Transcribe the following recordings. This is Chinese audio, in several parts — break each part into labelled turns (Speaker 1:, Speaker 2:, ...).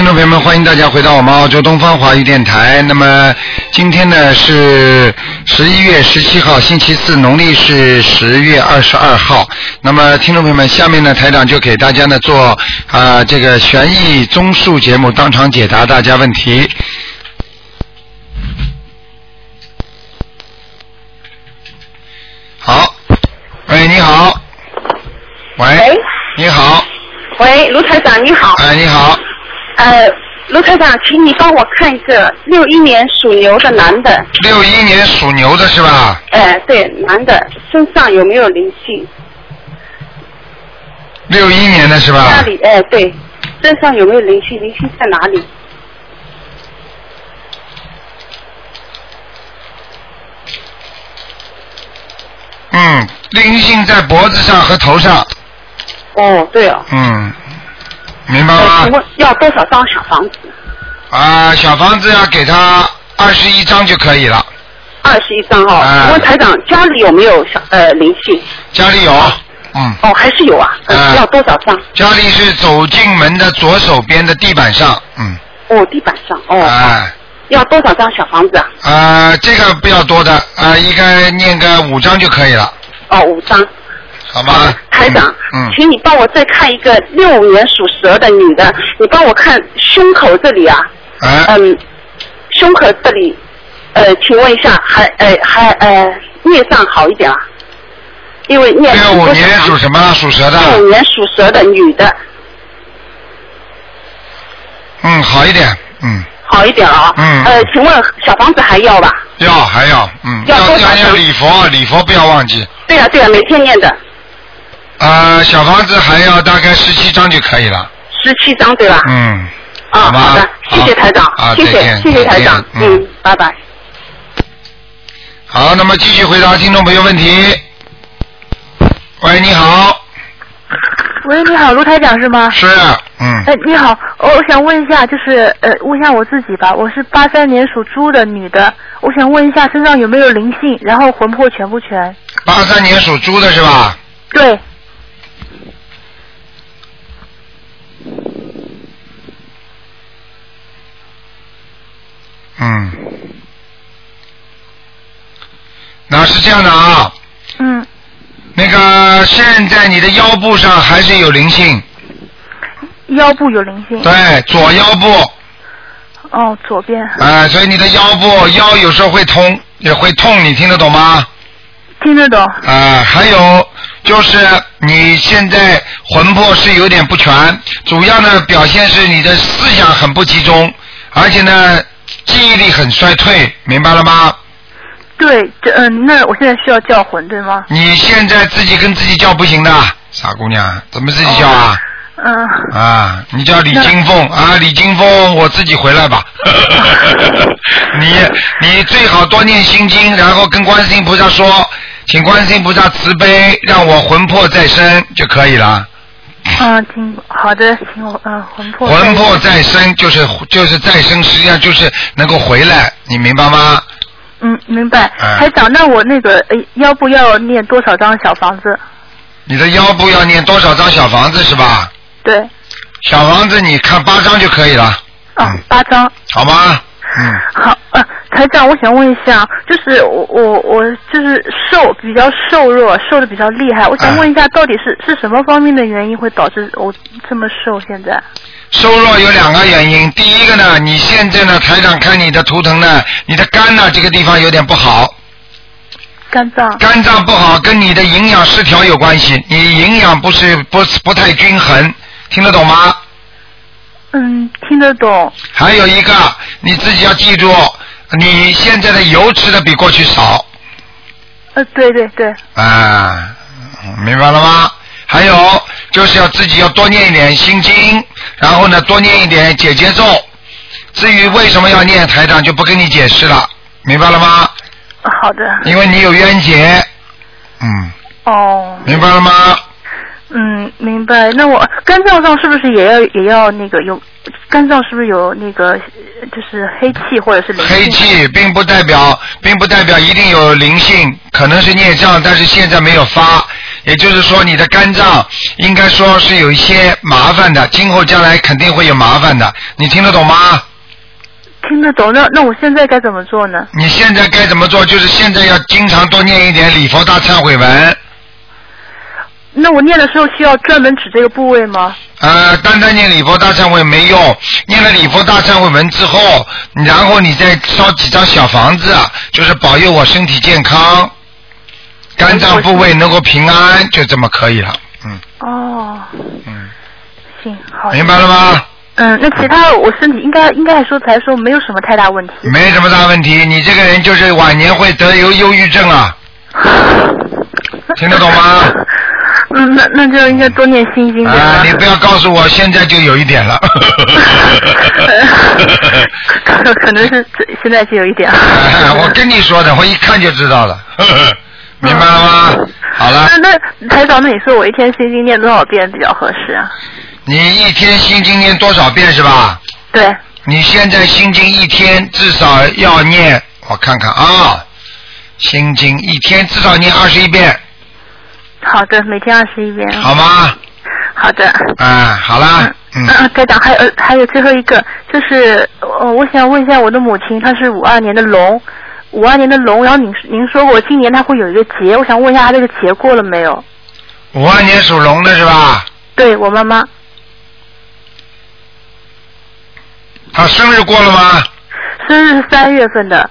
Speaker 1: 朋友们，欢迎大家回到我们澳洲东方华语电台。那么今天呢是十一月十七号，星期四，农历是十月二十二号。那么听众朋友们，下面呢台长就给大家呢做啊、呃这个悬疑综述节目，当场解答大家问题。好，喂，你好，喂，
Speaker 2: 喂
Speaker 1: 你好，
Speaker 2: 喂，卢台长你好，
Speaker 1: 哎，你好，
Speaker 2: 呃，卢台长，请你帮我看一个六一年属牛的男的，
Speaker 1: 六一年属牛的是吧？
Speaker 2: 呃，对，男的身上有没有灵性？
Speaker 1: 六一年的是吧？
Speaker 2: 家里，呃，对，身上有没有灵性？灵性在哪里？
Speaker 1: 嗯，灵性在脖子上和头上，
Speaker 2: 哦，对哦。
Speaker 1: 嗯，明白
Speaker 2: 呃请
Speaker 1: 吗？
Speaker 2: 问要多少张小房子？
Speaker 1: 啊，小房子要给他二十一张就可以了，
Speaker 2: 二十一张哦。
Speaker 1: 哎
Speaker 2: 请问台长家里有没有小呃灵性？
Speaker 1: 家里有，嗯，
Speaker 2: 哦，还是有啊。呃
Speaker 1: 哎
Speaker 2: 要多少张？
Speaker 1: 家里是走进门的左手边的地板上，嗯，
Speaker 2: 哦，地板上哦。
Speaker 1: 哎、
Speaker 2: 要多少张小房子啊？
Speaker 1: 啊，这个不要多的，啊、应该念个五张就可以了，
Speaker 2: 哦，五张。
Speaker 1: 好吗？
Speaker 2: 台长，
Speaker 1: 嗯，嗯
Speaker 2: 请你帮我再看一个六五年属蛇的女的，你帮我看胸口这里啊，
Speaker 1: 哎、
Speaker 2: 嗯，胸口这里，呃，请问一下，还呃还呃孽障好一点啊？因为念
Speaker 1: 六五年属什么？属蛇
Speaker 2: 六
Speaker 1: 的，
Speaker 2: 五年属蛇的女的
Speaker 1: 嗯，好一点，嗯，
Speaker 2: 好一点啊。
Speaker 1: 嗯
Speaker 2: 呃，请问小房子还要吧？
Speaker 1: 要还要，嗯，
Speaker 2: 要
Speaker 1: 要
Speaker 2: 多少
Speaker 1: 要念
Speaker 2: 张
Speaker 1: 礼佛，礼佛不要忘记，
Speaker 2: 对呀、对呀、每天念的
Speaker 1: 呃，小房子还要大概十七张就可以了。
Speaker 2: 十七张对吧？
Speaker 1: 嗯，
Speaker 2: 啊，
Speaker 1: 好吧
Speaker 2: 好的，谢谢
Speaker 1: 好
Speaker 2: 台长
Speaker 1: 啊，
Speaker 2: 谢
Speaker 1: 再
Speaker 2: 谢
Speaker 1: 见
Speaker 2: 谢谢
Speaker 1: 再
Speaker 2: 台
Speaker 1: 见
Speaker 2: 长，
Speaker 1: 嗯
Speaker 2: 嗯，拜拜。
Speaker 1: 好，那么继续回答听众朋友问题。喂，你好，
Speaker 3: 喂，你好，卢台长是吗？
Speaker 1: 是，嗯，
Speaker 3: 哎，你好，我我想问一下，就是呃，问一下我自己吧，我是八三年属猪的女的，我想问一下身上有没有灵性，然后魂魄全不全？
Speaker 1: 八三年属猪的是吧？
Speaker 3: 对，
Speaker 1: 嗯，那是这样的啊，
Speaker 3: 嗯，
Speaker 1: 那个现在你的腰部上还是有灵性，
Speaker 3: 腰部有灵性，
Speaker 1: 对，左腰部，
Speaker 3: 哦，左边
Speaker 1: 哎、所以你的腰部腰有时候会痛，也会痛，你听得懂吗？
Speaker 3: 听得懂，
Speaker 1: 啊，还有就是你现在魂魄是有点不全，主要呢表现是你的思想很不集中，而且呢记忆力很衰退，明白了吗？
Speaker 3: 对，这嗯、那我现在需要叫魂对吗？
Speaker 1: 你现在自己跟自己叫不行的，傻姑娘，怎么自己叫啊？
Speaker 3: 嗯、
Speaker 1: 啊，你叫李金凤啊，李金凤，我自己回来吧。 你你最好多念心经，然后跟观世音菩萨说，请观世音菩萨慈悲，让我魂魄再生就可以了。
Speaker 3: 嗯，听好的，听我嗯、魂魄
Speaker 1: 魂魄再生就是就是再生，实际上就是能够回来，你明白吗？
Speaker 3: 嗯明白，
Speaker 1: 哎
Speaker 3: 台长，那我那个、呃、腰部要念多少张小房子？
Speaker 1: 你的腰部要念多少张小房子是吧？
Speaker 3: 对，
Speaker 1: 嗯小房子你看八张就可以了，
Speaker 3: 啊
Speaker 1: 嗯，
Speaker 3: 八张。
Speaker 1: 好吗？嗯，
Speaker 3: 好，呃，台长，我想问一下，就是我我我就是瘦比较瘦弱，瘦的比较厉害，我想问一
Speaker 1: 哎
Speaker 3: 下，到底是、是什么方面的原因会导致我这么瘦？现在
Speaker 1: 瘦弱有两个原因，第一个呢，你现在呢，台长看你的图腾呢，你的肝呢这个地方有点不好，
Speaker 3: 肝脏，
Speaker 1: 肝脏不好跟你的营养失调有关系，你营养不是不不太均衡，听得懂吗？
Speaker 3: 嗯，听得懂，
Speaker 1: 还有一个，你自己要记住，你现在的油吃的比过去少
Speaker 3: 呃，对对对，
Speaker 1: 啊，明白了吗？还有就是要自己要多念一点心经，然后呢多念一点解结咒。至于为什么要念台长就不跟你解释了，明白了吗？
Speaker 3: 呃好的，
Speaker 1: 因为你有冤结，嗯，
Speaker 3: 哦，
Speaker 1: 明白了吗？
Speaker 3: 嗯，明白。那我肝脏上是不是也要也要那个有？肝脏是不是有那个呃就是黑气或者是灵性？
Speaker 1: 黑气并不代表，并不代表一定有灵性，可能是孽障，但是现在没有发，也就是说你的肝脏应该说是有一些麻烦的，今后将来肯定会有麻烦的，你听得懂吗？
Speaker 3: 听得懂。那那我现在该怎么做呢？
Speaker 1: 你现在该怎么做？就是现在要经常多念一点礼佛大忏悔文。
Speaker 3: 那我念的时候需要专门指这个部位吗？
Speaker 1: 呃，单单念礼佛大忏悔没用，念了礼佛大忏悔文之后，然后你再烧几张小房子，啊就是保佑我身体健康，肝脏部位能够平安，就这么可以了。嗯
Speaker 3: 哦，
Speaker 1: 嗯，
Speaker 3: 行，好。
Speaker 1: 明白了吗？
Speaker 3: 嗯，那其他我身体应该应该说才说没有什么太大问题。
Speaker 1: 没什么大问题，你这个人就是晚年会得忧忧郁症啊， 听得懂吗？
Speaker 3: 嗯，那那就应该多念心经对
Speaker 1: 啊
Speaker 3: 吧，
Speaker 1: 你不要告诉我现在就有一点 了。
Speaker 3: 可可能是这现在就有一点。
Speaker 1: 哎我跟你说的，我一看就知道了， 明白了吗？好了，
Speaker 3: 那那台长，那你说我一天心经念多少遍比较合适啊？
Speaker 1: 你一天心经念多少遍是吧？
Speaker 3: 对，
Speaker 1: 你现在心经一天至少要念，我看看啊，心经一天至少念二十一遍，
Speaker 3: 好的，每天二十一遍。
Speaker 1: 好吗？
Speaker 3: 好的。
Speaker 1: 啊，好啦，嗯
Speaker 3: 嗯，，台长，还有呃还有最后一个，就是呃，我想问一下我的母亲，她是五二年的龙，五二年的龙，然后您您说过今年她会有一个劫，我想问一下她这个劫过了没有？
Speaker 1: 五二年属龙的是吧？
Speaker 3: 对我妈妈，
Speaker 1: 他生日过了吗？
Speaker 3: 生日是三月份的，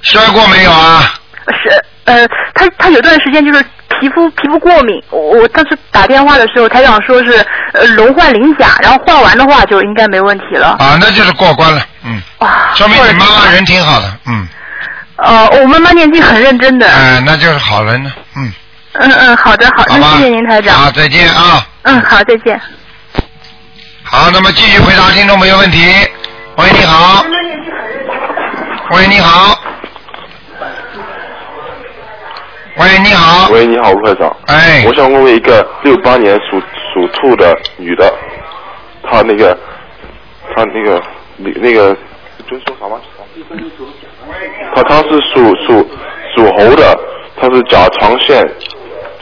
Speaker 1: 摔过没有啊？
Speaker 3: 是呃，他他有段时间就是皮肤皮肤过敏，我我当时打电话的时候，台长说是呃龙换鳞甲，然后换完的话就应该没问题了。
Speaker 1: 啊，那就是过关了，嗯，
Speaker 3: 哇，
Speaker 1: 说明
Speaker 3: 或者
Speaker 1: 你妈妈
Speaker 3: 是
Speaker 1: 人挺好的，嗯，
Speaker 3: 呃，我妈妈念经很认真的。
Speaker 1: 哎、那就是好人了，嗯，
Speaker 3: 嗯嗯，好的好，
Speaker 1: 好
Speaker 3: 那
Speaker 1: 吧，
Speaker 3: 谢谢您台
Speaker 1: 好，
Speaker 3: 长。
Speaker 1: 再见啊。
Speaker 3: 嗯，好，再见。
Speaker 1: 好，那么继续回答听众朋友问题。喂，你好。喂，你好。喂，你好。
Speaker 4: 喂，你好，吴科长。
Speaker 1: 哎
Speaker 4: 我，想问问一个六八年属属兔的女的，她那个，她那个，那那个，就是说啥吗？她她是属属属猴的，她是甲状腺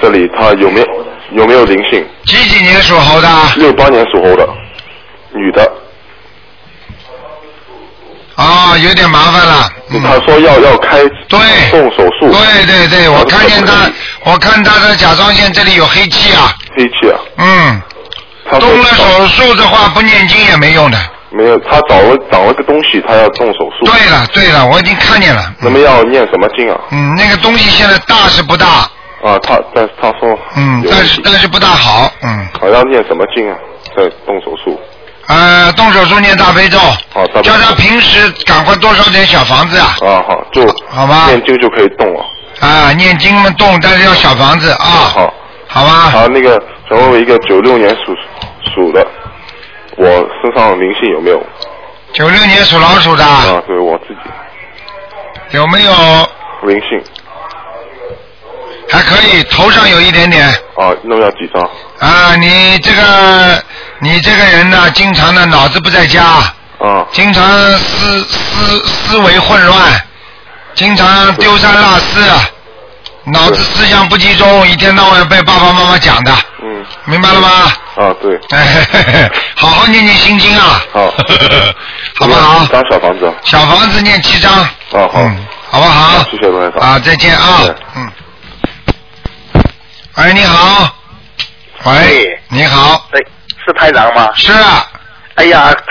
Speaker 4: 这里，她有没有有没有灵性？
Speaker 1: 几几年属猴的？
Speaker 4: 六八年属猴的女的，
Speaker 1: 哦，有点麻烦了。嗯
Speaker 4: 她说要要开
Speaker 1: 对
Speaker 4: 动手术，
Speaker 1: 对对对，我看见他，我看他的甲状腺这里有黑气啊。
Speaker 4: 黑气啊，
Speaker 1: 嗯，
Speaker 4: 她说
Speaker 1: 动了手术的话，不念经也没用的。
Speaker 4: 没有，她找了找了个东西，她要动手术，
Speaker 1: 对了对了，我已经看见了。
Speaker 4: 那么要念什么经啊？
Speaker 1: 嗯，那个东西现在大是不大，
Speaker 4: 啊，他但是他说，
Speaker 1: 嗯，
Speaker 4: 有问
Speaker 1: 但是
Speaker 4: 题
Speaker 1: 但是不大好，嗯，
Speaker 4: 好要念什么经啊？在动手术，
Speaker 1: 呃，动手术念大悲咒，
Speaker 4: 好大悲咒
Speaker 1: 叫他平时赶快多烧点小房子啊，
Speaker 4: 啊好，就
Speaker 1: 好吧
Speaker 4: 念经就可以动了。
Speaker 1: 啊，念经们动，但是要小房子啊，
Speaker 4: 好，
Speaker 1: 好吧，
Speaker 4: 好，那个想问问一个九六年属属的，我身上灵性有没有？
Speaker 1: 九六年属老鼠的
Speaker 4: 啊，对我自己
Speaker 1: 有没有？
Speaker 4: 灵性
Speaker 1: 还可以，头上有一点点
Speaker 4: 啊，那么要几张？
Speaker 1: 啊，你这个你这个人呢，经常呢脑子不在家，
Speaker 4: 啊
Speaker 1: 经常思思思维混乱，经常丢三落四，脑子
Speaker 4: 对
Speaker 1: 思想不集中，一天到晚被爸爸妈妈讲的，
Speaker 4: 嗯
Speaker 1: 明白了吗？
Speaker 4: 啊对，
Speaker 1: 哎，嘿嘿嘿好好念念心经啊，
Speaker 4: 好
Speaker 1: 好不好
Speaker 4: 几？张小房子啊，
Speaker 1: 小房子念七章，
Speaker 4: 啊好，
Speaker 1: 嗯，好不好？
Speaker 4: 谢谢罗院长
Speaker 1: 啊，再见啊
Speaker 4: 谢谢，
Speaker 1: 嗯。喂，你好。喂
Speaker 5: 喂，
Speaker 1: 你好，
Speaker 5: 哎，是台长吗？
Speaker 1: 是啊
Speaker 5: 哎呀，太太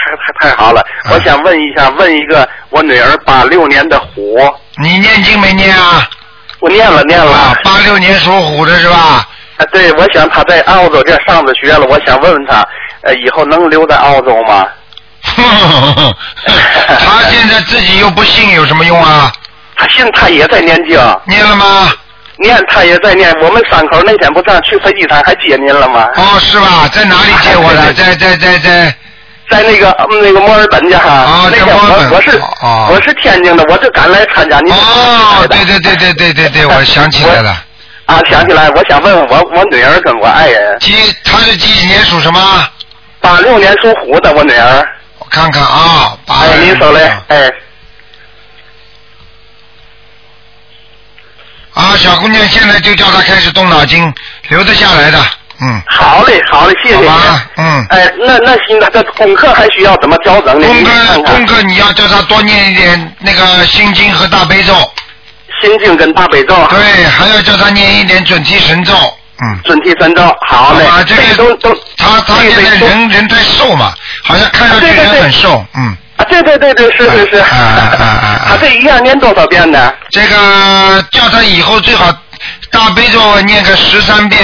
Speaker 5: 太好了！
Speaker 1: 啊
Speaker 5: 我想问一下，问一个我女儿八六年的虎，
Speaker 1: 你念经没念啊？
Speaker 5: 我念了念了。
Speaker 1: 啊，八六年属虎的是吧？
Speaker 5: 啊，对，我想她在澳洲这上着学了，我想问问她，呃，以后能留在澳洲吗？
Speaker 1: 他现在自己又不信，有什么用啊？哦
Speaker 5: 她现在她也在念经，
Speaker 1: 念了吗？
Speaker 5: 念她也在念。我们三口那天不上去飞机场还接您了吗？
Speaker 1: 哦，是吧？在哪里见我 的？
Speaker 5: 哎
Speaker 1: 在在在在
Speaker 5: 在那个、嗯那个墨尔本家哈。
Speaker 1: 啊
Speaker 5: 那
Speaker 1: 在
Speaker 5: 天
Speaker 1: 墨尔本
Speaker 5: 我我是、
Speaker 1: 哦
Speaker 5: 我是天津的，我就赶来参加您。
Speaker 1: 哦，对对对对对对对，我想起来了。
Speaker 5: 啊，想起来，我想问问我我女儿跟我爱人。
Speaker 1: 几他是几几年属什么？
Speaker 5: 八六年属虎的我女儿，
Speaker 1: 我看看啊，八
Speaker 5: 哎，您说嘞，哎，
Speaker 1: 啊，小姑娘现在就叫她开始动脑筋，留得下来的，嗯，
Speaker 5: 好嘞，好嘞，谢谢
Speaker 1: 好
Speaker 5: 您。
Speaker 1: 吧，嗯。
Speaker 5: 哎，那那行，那这功课还需要怎么调整呢？
Speaker 1: 功
Speaker 5: 您
Speaker 1: 课
Speaker 5: 看
Speaker 1: 功
Speaker 5: 看，
Speaker 1: 课你要叫她多念一点那个心经和大悲咒，
Speaker 5: 心经跟大悲咒，
Speaker 1: 对，还要叫她念一点准提神咒，嗯。
Speaker 5: 准提神咒，好嘞
Speaker 1: 啊，，这
Speaker 5: 个都都，
Speaker 1: 她她
Speaker 5: 这
Speaker 1: 现
Speaker 5: 个
Speaker 1: 在
Speaker 5: 都
Speaker 1: 人人太瘦嘛，好像看上去
Speaker 5: 对对
Speaker 1: 人
Speaker 5: 对
Speaker 1: 很瘦，嗯。
Speaker 5: 啊，对对对对，是是是，
Speaker 1: 啊啊啊啊啊
Speaker 5: 他这一样念多少遍呢？
Speaker 1: 这个叫他以后最好大悲咒念个十三遍，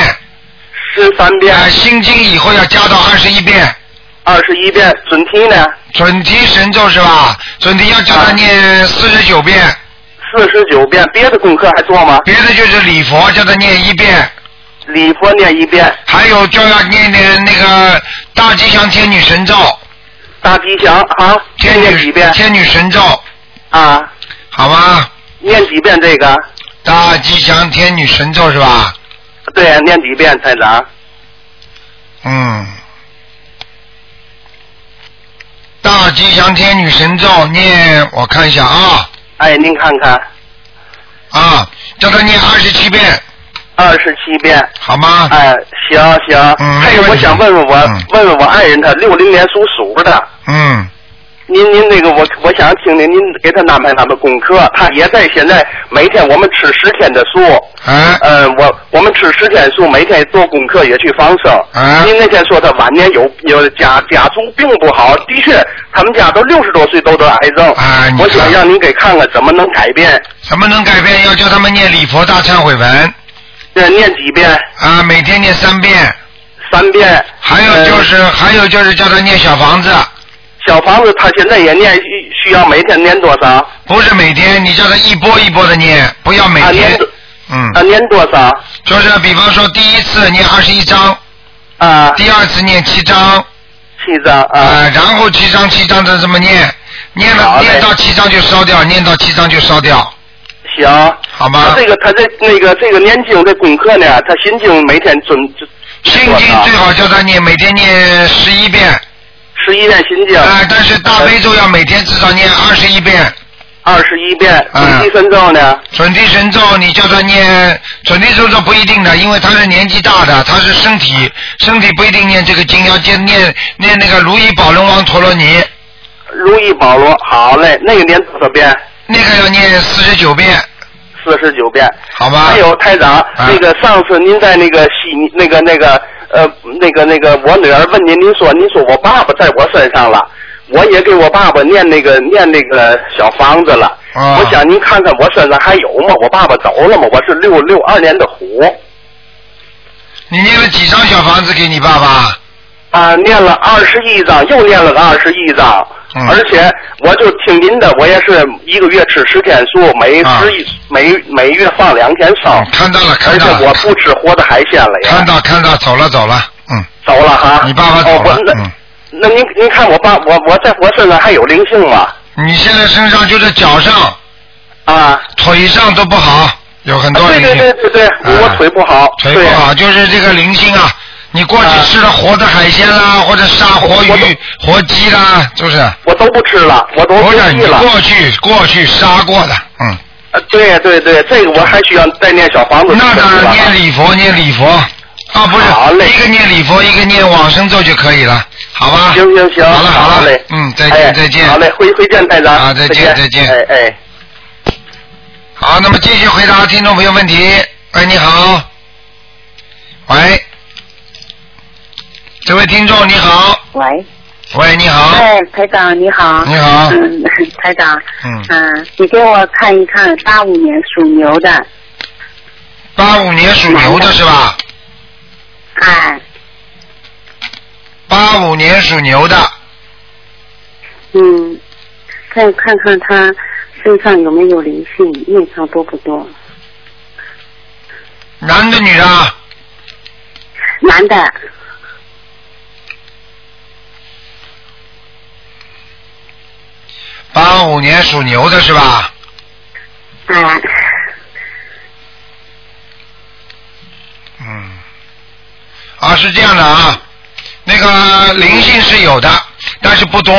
Speaker 5: 十三遍，
Speaker 1: 啊，心经以后要加到二十一遍，
Speaker 5: 二十一遍，准提呢
Speaker 1: 准提神咒是吧？准提要叫他念四十九遍，
Speaker 5: 四十九遍，别的功课还做吗？
Speaker 1: 别的就是礼佛叫他念一遍，
Speaker 5: 礼佛念一遍，
Speaker 1: 还有就要念念那个大吉祥天女神咒，
Speaker 5: 大吉祥啊，
Speaker 1: 天
Speaker 5: 念几
Speaker 1: 女
Speaker 5: 遍
Speaker 1: 天女神咒，
Speaker 5: 啊？
Speaker 1: 好吗？
Speaker 5: 念几遍这个？
Speaker 1: 大吉祥天女神咒是吧？
Speaker 5: 对，念几遍台长？
Speaker 1: 嗯，大吉祥天女神咒念，我看一下啊
Speaker 5: 哎，您看看，
Speaker 1: 啊，叫他念二十七遍，
Speaker 5: 二十七遍。
Speaker 1: 好吗？
Speaker 5: 哎，行行。
Speaker 1: 嗯
Speaker 5: 还有
Speaker 1: 没问题
Speaker 5: 我想问问我，
Speaker 1: 嗯
Speaker 5: 问问我爱人，他六零年属鼠的。
Speaker 1: 嗯，
Speaker 5: 您您那个我我想请您您给他安排他的功课，他也在现在每天我们吃十天的素，
Speaker 1: 哎，
Speaker 5: 呃，我我们吃十天素，每天做功课也去放生。
Speaker 1: 啊
Speaker 5: 您那天说他晚年有有家家族病不好，的确，他们家都六十多岁都得癌症。
Speaker 1: 啊你看
Speaker 5: 我想让您给看看怎么能改变，
Speaker 1: 什么能改变？要叫他们念礼佛大忏悔文
Speaker 5: 呃，念几遍，
Speaker 1: 啊，每天念三遍，
Speaker 5: 三遍。
Speaker 1: 还有就
Speaker 5: 呃
Speaker 1: 是、还有就是叫他念小房子，
Speaker 5: 小房子，他现在也念，需要每天念多少？
Speaker 1: 不是每天，你叫他一波一波的念，不要每
Speaker 5: 啊，
Speaker 1: 天
Speaker 5: 念。啊，
Speaker 2: 呃
Speaker 1: 嗯，
Speaker 5: 念多少？
Speaker 1: 就是比方说第一次念二十一章，
Speaker 5: 啊，
Speaker 1: 第二次念七章，
Speaker 5: 七张啊，
Speaker 1: 啊，然后七张七张的这么念，念了
Speaker 5: 好嘞
Speaker 1: 念到七张就烧掉，念到七张就烧掉，
Speaker 5: 行。
Speaker 1: 好
Speaker 5: 他
Speaker 1: 吗
Speaker 5: 这？个，他这那个这个念经的功课呢，他心经每天准准
Speaker 1: 心经最好叫他念，每天念十一遍，
Speaker 5: 十一遍心经，
Speaker 1: 啊，但是大悲咒要每天至少念二十一遍，
Speaker 5: 二十一遍，
Speaker 1: 嗯
Speaker 5: 准提神咒呢，
Speaker 1: 准提神咒你叫他念，准提神咒不一定的，因为他是年纪大的，他是身体身体不一定念这个经，要念念念那个如意宝龙王陀罗尼，
Speaker 5: 如意宝罗，好嘞，那个念多少遍？
Speaker 1: 那个要念四十九遍，
Speaker 5: 四十九遍。
Speaker 1: 好吧？
Speaker 5: 还有台长，
Speaker 1: 嗯
Speaker 5: 那个上次您在那个西那个那个呃那个那个我女儿问您，您说您说我爸爸在我身上了，我也给我爸爸念那个念那个小房子了。
Speaker 1: 啊
Speaker 5: 我想您看看我身上还有吗？我爸爸走了吗？我是六六二年的虎
Speaker 1: 你念了几张小房子给你爸爸？
Speaker 5: 啊，念了二十一章，又念了个二十一章。
Speaker 1: 嗯
Speaker 5: 而且我就听您的，我也是一个月吃十天素，每
Speaker 1: 啊
Speaker 5: 十一、每每月放两天生，
Speaker 1: 嗯看到了，看
Speaker 5: 而且
Speaker 1: 到了。
Speaker 5: 我不吃活的海鲜了呀。
Speaker 1: 看到看到，走了走了，嗯，
Speaker 5: 走了哈。
Speaker 1: 你爸爸走了
Speaker 5: 哦、我那、
Speaker 1: 嗯
Speaker 5: 那您您看我爸我我在我身上还有灵性吗？
Speaker 1: 你现在身上就是脚上、
Speaker 5: 啊，
Speaker 1: 腿上都不好，有很多
Speaker 5: 对
Speaker 1: 灵
Speaker 5: 对
Speaker 1: 性，
Speaker 5: 对对对，
Speaker 1: 啊
Speaker 5: 我腿不好，
Speaker 1: 腿
Speaker 5: 对
Speaker 1: 不好就是这个灵性啊。你过去
Speaker 5: 啊
Speaker 1: 吃了活的海鲜啦，或者杀活
Speaker 5: 我
Speaker 1: 鱼、活鸡啦，就是
Speaker 5: 我都不吃了，我都
Speaker 1: 不是
Speaker 5: 病
Speaker 1: 你
Speaker 5: 气了。
Speaker 1: 过去过去杀过的，嗯，
Speaker 5: 啊对对对，这个我还需要再念小房子。
Speaker 1: 那当
Speaker 5: 是吧
Speaker 1: 然念礼佛念礼佛啊，不
Speaker 5: 好
Speaker 1: 是
Speaker 5: 嘞
Speaker 1: 一个念礼佛，一个念往生咒就可以了，好吧？
Speaker 5: 行行行，
Speaker 1: 好了好了
Speaker 5: 嘞，
Speaker 1: 嗯再见
Speaker 5: 哎
Speaker 1: 再见
Speaker 5: 好嘞，回回见台长，
Speaker 1: 啊再见再见
Speaker 5: 哎哎。
Speaker 1: 好，那么继续回答听众朋友问题。喂，你好。喂，这位听众你好。
Speaker 6: 喂，
Speaker 1: 喂，你好。
Speaker 6: 哎，台长你好。
Speaker 1: 你好
Speaker 6: 嗯，台长。
Speaker 1: 嗯
Speaker 6: 嗯，你给我看一看八五年属牛的，
Speaker 1: 八五年属牛的是吧？
Speaker 6: 哎，
Speaker 1: 八五年属牛的，
Speaker 6: 嗯，再看看他身上有没有灵性，业障多不多？
Speaker 1: 男的啊女的？
Speaker 6: 男的，
Speaker 1: 八五年属牛的是吧？
Speaker 6: 哎，
Speaker 1: 嗯。啊，是这样的啊，那个灵性是有的，但是不多，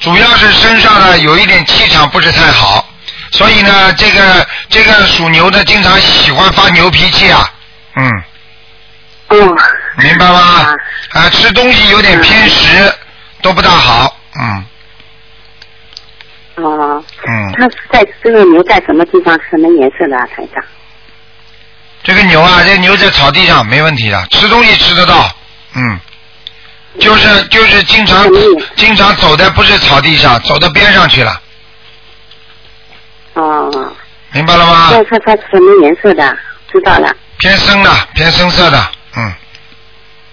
Speaker 1: 主要是身上呢有一点气场不是太好，所以呢，这个这个属牛的经常喜欢发牛脾气啊，嗯，
Speaker 6: 嗯，
Speaker 1: 明白吗？啊，吃东西有点偏食，都不大好，嗯
Speaker 2: 呃
Speaker 6: 哦，
Speaker 1: 嗯。
Speaker 6: 它是在这个牛在什么地方？什么颜色的啊，台长？
Speaker 1: 这个牛啊，这牛在草地上没问题的，吃东西吃得到，嗯，就是就是经常经常走在不是草地上，走到边上去了，
Speaker 6: 哦，
Speaker 1: 明白了吗？
Speaker 6: 那它它是什么颜色的啊？知道了。
Speaker 1: 偏深的，偏深色的，嗯，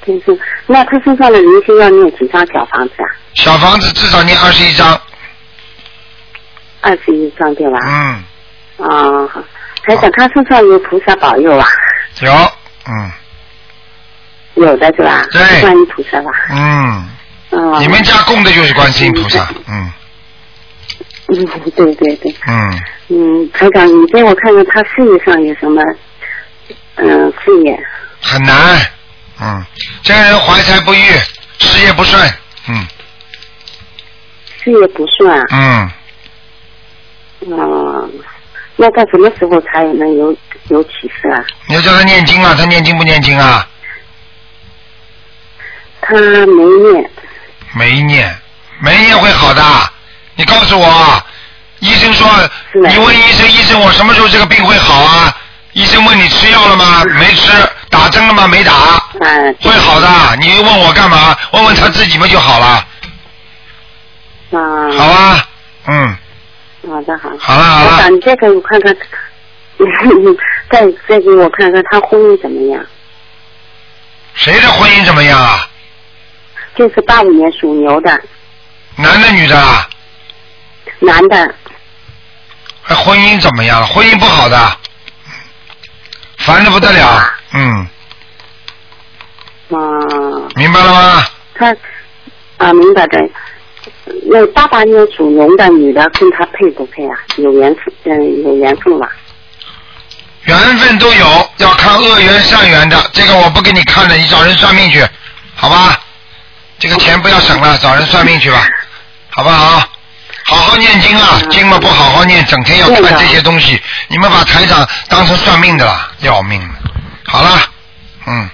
Speaker 6: 先生，那他身上的灵性要念几张小房子啊？
Speaker 1: 小房子至少念二十一张，
Speaker 6: 二十一张对吧？
Speaker 1: 嗯，
Speaker 6: 啊、好台长，他身上有菩萨保佑啊？
Speaker 1: 有，嗯
Speaker 6: 有的是吧？
Speaker 1: 对
Speaker 6: 观音菩萨吧？
Speaker 1: 嗯，
Speaker 6: 嗯。
Speaker 1: 你们家供的就是观世音菩萨，嗯
Speaker 6: 嗯，对对对，
Speaker 1: 嗯，
Speaker 6: 嗯，台长，你给我看看他事业上有什么？嗯，事业
Speaker 1: 很难，嗯，这个人怀才不遇，事业不顺，嗯
Speaker 6: 事业不顺啊，
Speaker 1: 嗯，
Speaker 6: 嗯，那到什么时候才能有有启示啊？
Speaker 1: 你要叫他念经啊，他念经不念经啊？
Speaker 6: 他没念，
Speaker 1: 没念，没念会好的。你告诉我，医生说，
Speaker 6: 是的
Speaker 1: 你问医生，医生我什么时候这个病会好啊？医生问你吃药了吗？没吃。打针了吗？没打。
Speaker 6: 嗯，
Speaker 1: 会好的，你又问我干嘛？问问他自己嘛就好了，
Speaker 6: 啊、
Speaker 1: 好吧？嗯，
Speaker 6: 好的，好的。
Speaker 1: 好了好
Speaker 6: 台
Speaker 1: 了，
Speaker 6: 长，你再给我看看， 再再给我看看他婚姻怎么样？
Speaker 1: 谁的婚姻怎么样啊？
Speaker 6: 就是八五年属牛的
Speaker 1: 男的女的啊？
Speaker 6: 男的，
Speaker 1: 还哎婚姻怎么样了？婚姻不好的，烦的不得了。
Speaker 6: 啊
Speaker 1: 嗯，
Speaker 6: 嗯，
Speaker 1: 明白了吗？
Speaker 6: 他啊，明白的。那八八年属龙的女的跟他配不配啊？有缘分，嗯，有缘分吧？
Speaker 1: 缘分都有，要看恶缘善缘的，这个我不给你看了，你找人算命去，好吧？这个钱不要省了，找人算命去吧，好不好？好好念经啊，经嘛不好好念，整天要看这些东西，你们把台长当成算命的了，要命了。好了，嗯，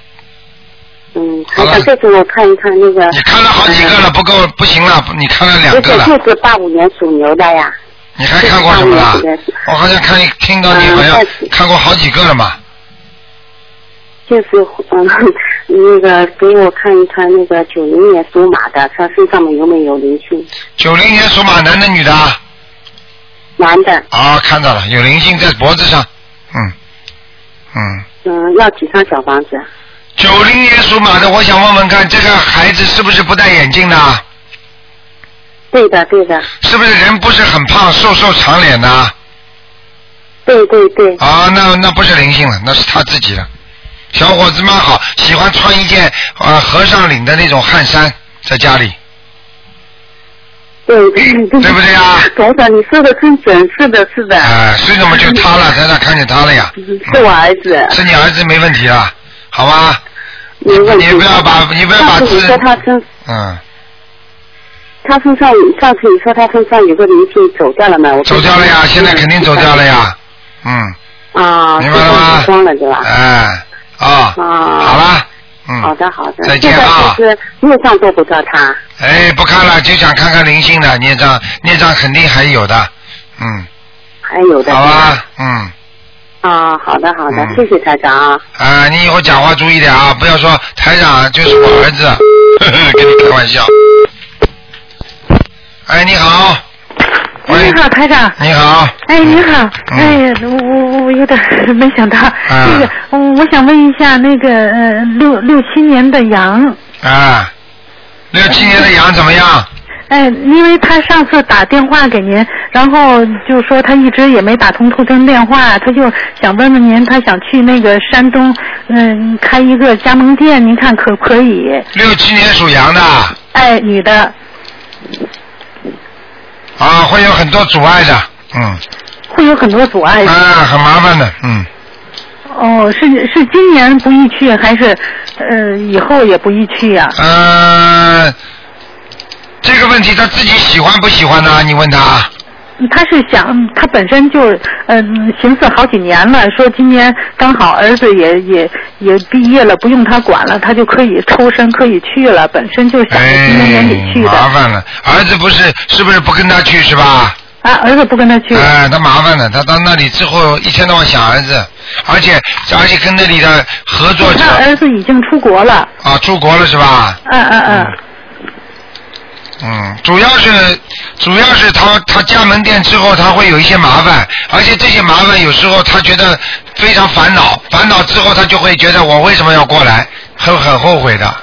Speaker 6: 嗯，
Speaker 1: 好
Speaker 6: 台长，
Speaker 1: 了
Speaker 6: 再给我看一看那个。呃
Speaker 1: 你看了好几个了，不够，不行了，你看了两
Speaker 6: 不
Speaker 1: 个
Speaker 6: 是，
Speaker 1: 了，
Speaker 6: 就是八五年属牛的呀。
Speaker 1: 你还看过什么了？我好像看听到你好像看过好几个了嘛，
Speaker 6: 就是嗯， 那个给我看一看那个九零年属马的，他身上面有没有灵性？
Speaker 1: 九零年属马男的女的啊。
Speaker 6: 男的，
Speaker 1: 啊，看到了，有灵性在脖子上。嗯，嗯，
Speaker 6: 嗯，要几张小房子？
Speaker 1: 九零年属马的，我想问问看，这个孩子是不是不戴眼镜的？
Speaker 6: 对的，对的，
Speaker 1: 是不是人不是很胖，瘦瘦长脸的？
Speaker 6: 对对对，
Speaker 1: 啊，那那不是灵性了，那是他自己了。小伙子蛮好，喜欢穿一件呃和尚领的那种汗衫，在家里。
Speaker 6: 对对对，
Speaker 1: 对不对啊
Speaker 6: 台长，你说的真准，是的，是的，
Speaker 1: 哎、所以怎么就他了？台长看见他了呀？
Speaker 6: 嗯
Speaker 1: 嗯
Speaker 6: 是我儿子，
Speaker 1: 是你儿子没问题了，好吧？
Speaker 6: 没问题。
Speaker 1: 你不要把你不要把
Speaker 6: 上次你
Speaker 1: 自
Speaker 6: 说他身，
Speaker 1: 嗯，
Speaker 6: 他身上，上次你说他身上有个灵性走掉了吗？我
Speaker 1: 走掉了呀，现在肯定走掉了。呀。嗯。
Speaker 6: 啊，
Speaker 1: 明白了吗
Speaker 6: 就光了对吧？
Speaker 1: 哎，
Speaker 6: 啊
Speaker 1: 啊，好了，嗯，
Speaker 6: 好，的，好的。
Speaker 1: 再见啊
Speaker 6: 现在就是业障做不到他。
Speaker 1: 哎，不看了，就想看看灵性的孽障，孽障肯定还有的，嗯，
Speaker 6: 还有的。
Speaker 1: 好吧，嗯，
Speaker 6: 啊，好的，好的
Speaker 1: 嗯，
Speaker 6: 谢谢台长啊。
Speaker 1: 啊，你以后讲话注意点啊，不要说台长就是我儿子， 呵呵，跟你开玩笑。哎，你好，喂
Speaker 7: 哎你，好，台长。
Speaker 1: 你好，
Speaker 7: 哎，你好，
Speaker 1: 嗯
Speaker 7: 哎呀，我我我有点儿没想到，
Speaker 1: 嗯
Speaker 7: 那个，我我想问一下，那个呃，六六七年的羊，
Speaker 1: 啊，六七年的羊怎么样？
Speaker 7: 哎，因为他上次打电话给您，然后就说他一直也没打通通通电话，他就想问问您，他想去那个山东，嗯，开一个加盟店，您看可不可以？
Speaker 1: 六七年属羊的啊，
Speaker 7: 哎，女的，
Speaker 1: 啊会有很多阻碍的，嗯，
Speaker 7: 会有很多阻碍。
Speaker 1: 啊，很麻烦的，嗯。
Speaker 7: 哦，是是今年不宜去，还是呃以后也不宜去呀、
Speaker 1: 啊呃，这个问题他自己喜欢不喜欢呢？你问他。
Speaker 7: 他是想，他本身就嗯寻思好几年了，说今年刚好儿子也也也毕业了，不用他管了，他就可以抽身可以去了，本身就想着今年年底去的。
Speaker 1: 麻烦了，儿子不是是不是不跟他去是吧？
Speaker 7: 啊，儿子不跟他去。
Speaker 1: 哎，他麻烦了，他到那里之后一天到晚想儿子，而且而且跟那里的合作者
Speaker 7: 他儿子已经出国了。
Speaker 1: 啊出国了是吧？
Speaker 7: 嗯嗯嗯。
Speaker 1: 嗯，主要是主要是他他加盟店之后他会有一些麻烦，而且这些麻烦有时候他觉得非常烦恼，烦恼之后他就会觉得我为什么要过来，很很后悔的。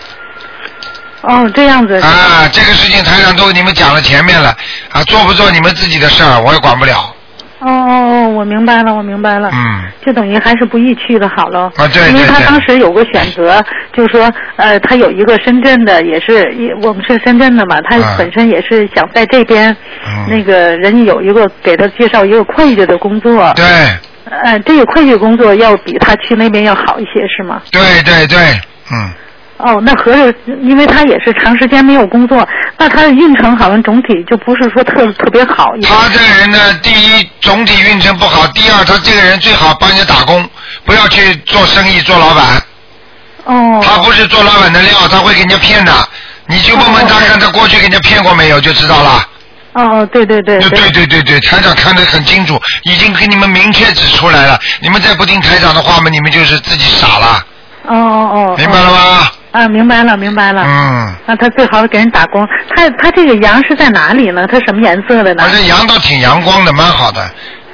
Speaker 7: 哦，这样子。
Speaker 1: 嗯啊，这个事情台上都给你们讲了前面了，啊，做不做你们自己的事儿，我也管不了。
Speaker 7: 哦哦哦，我明白了，我明白了。
Speaker 1: 嗯。
Speaker 7: 就等于还是不宜去的好喽。
Speaker 1: 啊对
Speaker 7: 因为
Speaker 1: 对
Speaker 7: 他
Speaker 1: 对
Speaker 7: 当时有个选择，就是说，呃，他有一个深圳的，也是一我们是深圳的嘛，他
Speaker 1: 啊
Speaker 7: 本身也是想在这边，
Speaker 1: 嗯
Speaker 7: 那个人家有一个给他介绍一个会计的工作，
Speaker 1: 对
Speaker 7: 呃，这个会计工作要比他去那边要好一些，是吗？
Speaker 1: 对对对，嗯，
Speaker 7: 哦，那合着，因为他也是长时间没有工作，那他的运程好像总体就不是说特特别好。
Speaker 1: 他这个人呢，第一总体运程不好，第二他这个人最好帮人家打工，不要去做生意做老板。
Speaker 7: 哦，
Speaker 1: 他不是做老板的料，他会给人家骗的。你去问问他，看他过去给人家骗过没有，就知道了。
Speaker 7: 哦，对对对
Speaker 1: 对对对对，台长看得很清楚，已经给你们明确指出来了。你们再不听台长的话嘛，你们就是自己傻了，
Speaker 7: 哦哦哦，
Speaker 1: 明白了吗？
Speaker 7: 啊，明白了，明白了。
Speaker 1: 嗯，
Speaker 7: 那他最好给人打工。他他这个羊是在哪里呢？它什么颜色的呢
Speaker 1: 而？且阳倒挺阳光啊的，蛮好的，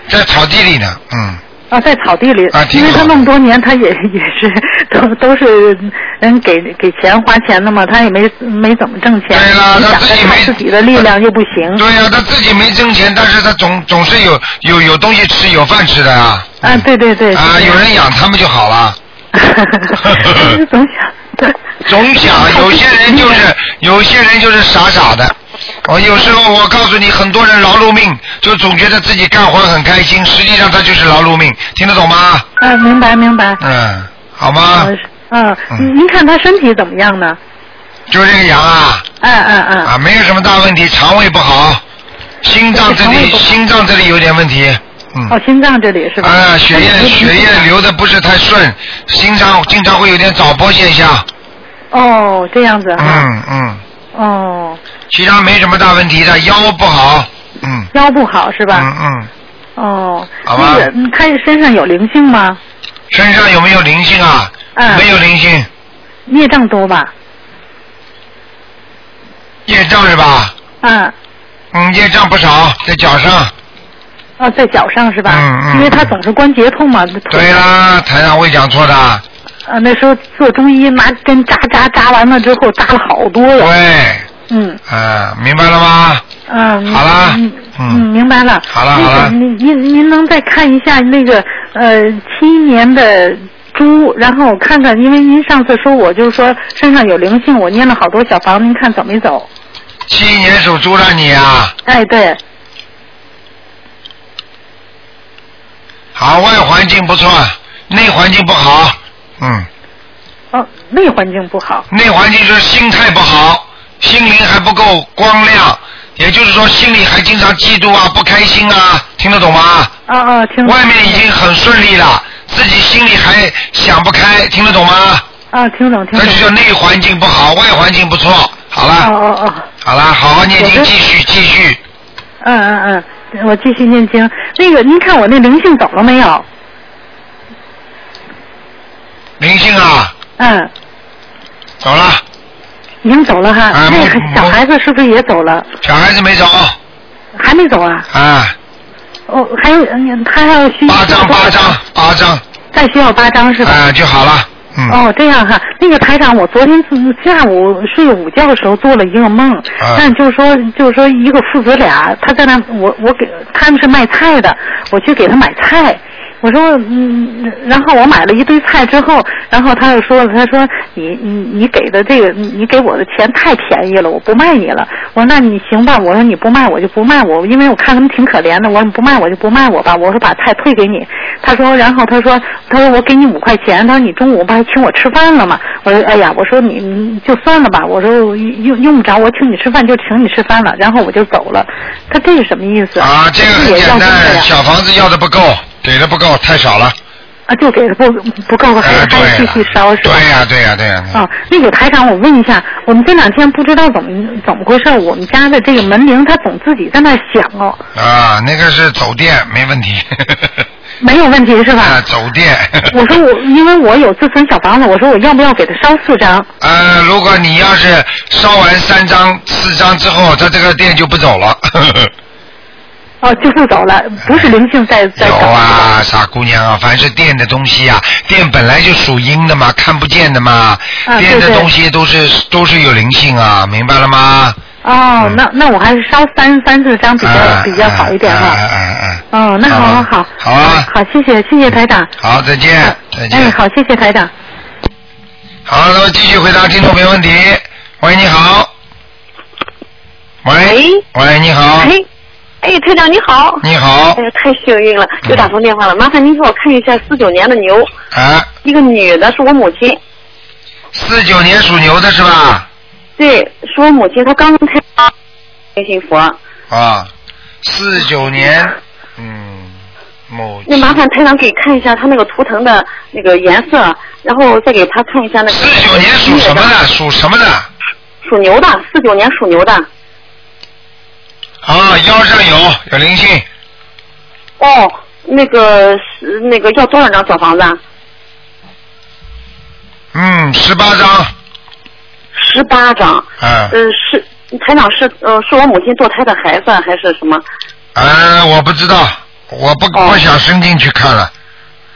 Speaker 1: 在草地里呢，嗯。
Speaker 7: 啊，在草地里。
Speaker 1: 啊挺
Speaker 7: 因为
Speaker 1: 好
Speaker 7: 他
Speaker 1: 的
Speaker 7: 那么多年，他也 也是都都是人给给钱花钱的嘛，他也没没怎么挣钱。
Speaker 1: 对啦
Speaker 7: 你
Speaker 1: 他
Speaker 7: 想
Speaker 1: 自己
Speaker 7: 着靠
Speaker 1: 没
Speaker 7: 自己的力量又不行。
Speaker 1: 对呀、他自己没挣钱，但是他总总是有有有东西吃，有饭吃的啊。
Speaker 7: 啊，对对对。
Speaker 1: 啊，有人养他们就好 了。
Speaker 7: 就是总想。
Speaker 1: 总想，有些人 就是有些人就是傻傻的。我有时候我告诉你，很多人劳碌命，就总觉得自己干活很开心，实际上他就是劳碌命，听得懂吗？
Speaker 7: 啊，明白明白。
Speaker 1: 嗯，好吗？
Speaker 7: 嗯，
Speaker 1: 嗯
Speaker 7: 您您看他身体怎么样呢？
Speaker 1: 就这个羊啊
Speaker 7: 嗯嗯嗯。
Speaker 1: 啊，没有什么大问题，肠胃不好，心脏这
Speaker 7: 肠胃
Speaker 1: 里
Speaker 7: 不好
Speaker 1: 心脏这里有点问题，嗯。
Speaker 7: 哦，心脏这里是吧？
Speaker 1: 啊，血液血液流的不是太顺，经常经常会有点早搏现象。
Speaker 7: 哦，这样子哈。
Speaker 1: 嗯嗯，
Speaker 7: 哦，
Speaker 1: 其他没什么大问题的，腰不好。嗯
Speaker 7: 腰不好是吧？
Speaker 1: 嗯嗯，
Speaker 7: 哦，
Speaker 1: 好吧
Speaker 7: 那个，嗯他身上有灵性吗？
Speaker 1: 身上有没有灵性啊？
Speaker 7: 嗯
Speaker 1: 没有灵性，
Speaker 7: 业障多吧？
Speaker 1: 业障是吧？
Speaker 7: 嗯，
Speaker 1: 嗯，业障不少，在脚上。
Speaker 7: 哦，在脚上是吧？
Speaker 1: 嗯嗯
Speaker 7: 因为他总是关节痛嘛，腿
Speaker 1: 对啦，台上会讲错的。
Speaker 7: 呃，那时候做中医拿针扎扎扎完了之后扎了好多呀。
Speaker 1: 对，
Speaker 7: 嗯
Speaker 1: 嗯，明白了吗？
Speaker 7: 嗯。
Speaker 1: 好啦
Speaker 7: 嗯
Speaker 1: 嗯
Speaker 7: 嗯，明白了。
Speaker 1: 好啦
Speaker 7: 那
Speaker 1: 好啦
Speaker 7: 个您您您能再看一下那个呃七年的。猪，然后我看看，因为您上次说我就是说身上有灵性，我念了好多小房，您看走没走？
Speaker 1: 七一年属猪的你啊，
Speaker 7: 哎，对，
Speaker 1: 好，外环境不错，内环境不好。嗯。
Speaker 7: 哦，内环境不好。
Speaker 1: 内环境就是心态不好，心灵还不够光亮，也就是说心里还经常嫉妒啊、不开心啊，听得懂吗？
Speaker 7: 啊啊，听。
Speaker 1: 外面已经很顺利了，自己心里还想不开，听得懂吗？
Speaker 7: 啊，听懂听
Speaker 1: 那
Speaker 7: 懂
Speaker 1: 就。叫内环境不好，外环境不错。好
Speaker 7: 哦
Speaker 1: 了，
Speaker 7: 哦哦，
Speaker 1: 好了，好好念
Speaker 7: 我
Speaker 1: 经，
Speaker 7: 这
Speaker 1: 继续继续。
Speaker 7: 嗯嗯嗯，我继续念经。那个，您看我那灵性走了没有？
Speaker 1: 灵性啊，
Speaker 7: 嗯，
Speaker 1: 走了，
Speaker 7: 已经走了哈。那
Speaker 1: 啊没
Speaker 7: 个小孩子是不是也走了？
Speaker 1: 小孩子没走
Speaker 7: 还没走啊？
Speaker 1: 啊，
Speaker 7: 哦，还有，嗯他还要需要
Speaker 1: 八张八张，八张，
Speaker 7: 再需要八张是吧？
Speaker 1: 啊就好了，嗯。
Speaker 7: 哦，这样哈，那个台长，我昨天自下午睡午觉的时候做了一个梦，
Speaker 1: 啊
Speaker 7: 但就是说，就是说一个父子俩，他在那，我我给他们是卖菜的，我去给他买菜，我说，嗯，然后我买了一堆菜之后，然后他又说了，他说你你你给的这个，你你给我的钱太便宜了，我不卖你了。我说那你行吧，我说你不卖我就不卖我，因为我看他们挺可怜的，我说你不卖我就不卖我吧，我说把菜退给你。他说，然后他说，他说我给你五块钱，他说你中午不还请我吃饭了吗？我说哎呀，我说你你就算了吧，我说用用不着我请你吃饭就请你吃饭了，然后我就走了。他这是什么意思？
Speaker 1: 啊，这个
Speaker 7: 也
Speaker 1: 很
Speaker 7: 要这
Speaker 1: 简
Speaker 7: 个呀
Speaker 1: 单，小房子要的不够，给的不够，太少了。
Speaker 7: 啊，就给的不不够，还
Speaker 1: 哎，
Speaker 7: 还
Speaker 1: 对
Speaker 7: 继
Speaker 1: 了
Speaker 7: 续烧是吧？
Speaker 1: 对呀、对呀、对呀、
Speaker 7: 哦，那个台长，我问一下，我们这两天不知道怎么怎么回事，我们家的这个门铃它总自己在那儿响哦，
Speaker 1: 啊，那个是走电，没问题。
Speaker 7: 没有问题是
Speaker 1: 啊，
Speaker 7: 吧？
Speaker 1: 走电。
Speaker 7: 我说我，因为我有自存小房子，我说我要不要给他烧四张？
Speaker 1: 呃，如果你要是烧完三张、四张之后，它这个电就不走了。
Speaker 7: 哦，就不走了，不是灵性在在哦
Speaker 1: 有
Speaker 7: 走。
Speaker 1: 啊，傻姑娘啊，凡是电的东西啊，电本来就属阴的嘛，看不见的嘛，
Speaker 7: 啊
Speaker 1: 电的
Speaker 7: 对对
Speaker 1: 东西都是都是有灵性啊，明白了吗？嗯
Speaker 7: 哦，那那我还是烧三三四张比较、
Speaker 1: 啊
Speaker 7: 比较好一点哈、
Speaker 1: 啊啊啊啊！
Speaker 7: 哦，那好好
Speaker 1: 啊
Speaker 7: 好，
Speaker 1: 好啊
Speaker 7: 好，谢谢谢谢台长。
Speaker 1: 好，再见，再见。
Speaker 7: 哎，好，谢谢台长。
Speaker 1: 好，那么继续回答听众朋友问题。喂，你好。喂。喂，你好。
Speaker 8: 哎，哎，台长你好。
Speaker 1: 你好嗯
Speaker 8: 哎。呀，太幸运了，又打通电话了。麻烦您给我看一下四九年的牛，
Speaker 1: 啊，
Speaker 8: 一个女的，是我母亲。
Speaker 1: 四九年属牛的是吧？
Speaker 8: 对，是我母亲，她刚开始信佛。
Speaker 1: 啊，四九年，嗯，某
Speaker 8: 那麻烦台长给看一下她那个图腾的那个颜色，然后再给她看一下那个。
Speaker 1: 四九年属什么？的？属什么的？
Speaker 8: 属牛的，四九年属牛的。
Speaker 1: 啊，腰上有有灵性，
Speaker 8: 哦，那个是那个要多少张小房子？啊？
Speaker 1: 嗯，十八张，
Speaker 8: 十八张。
Speaker 1: 啊，
Speaker 8: 呃，是台长是呃是我母亲堕胎的孩子啊还是什么？
Speaker 1: 呃，我不知道，我不
Speaker 8: 哦
Speaker 1: 不想伸进去看了，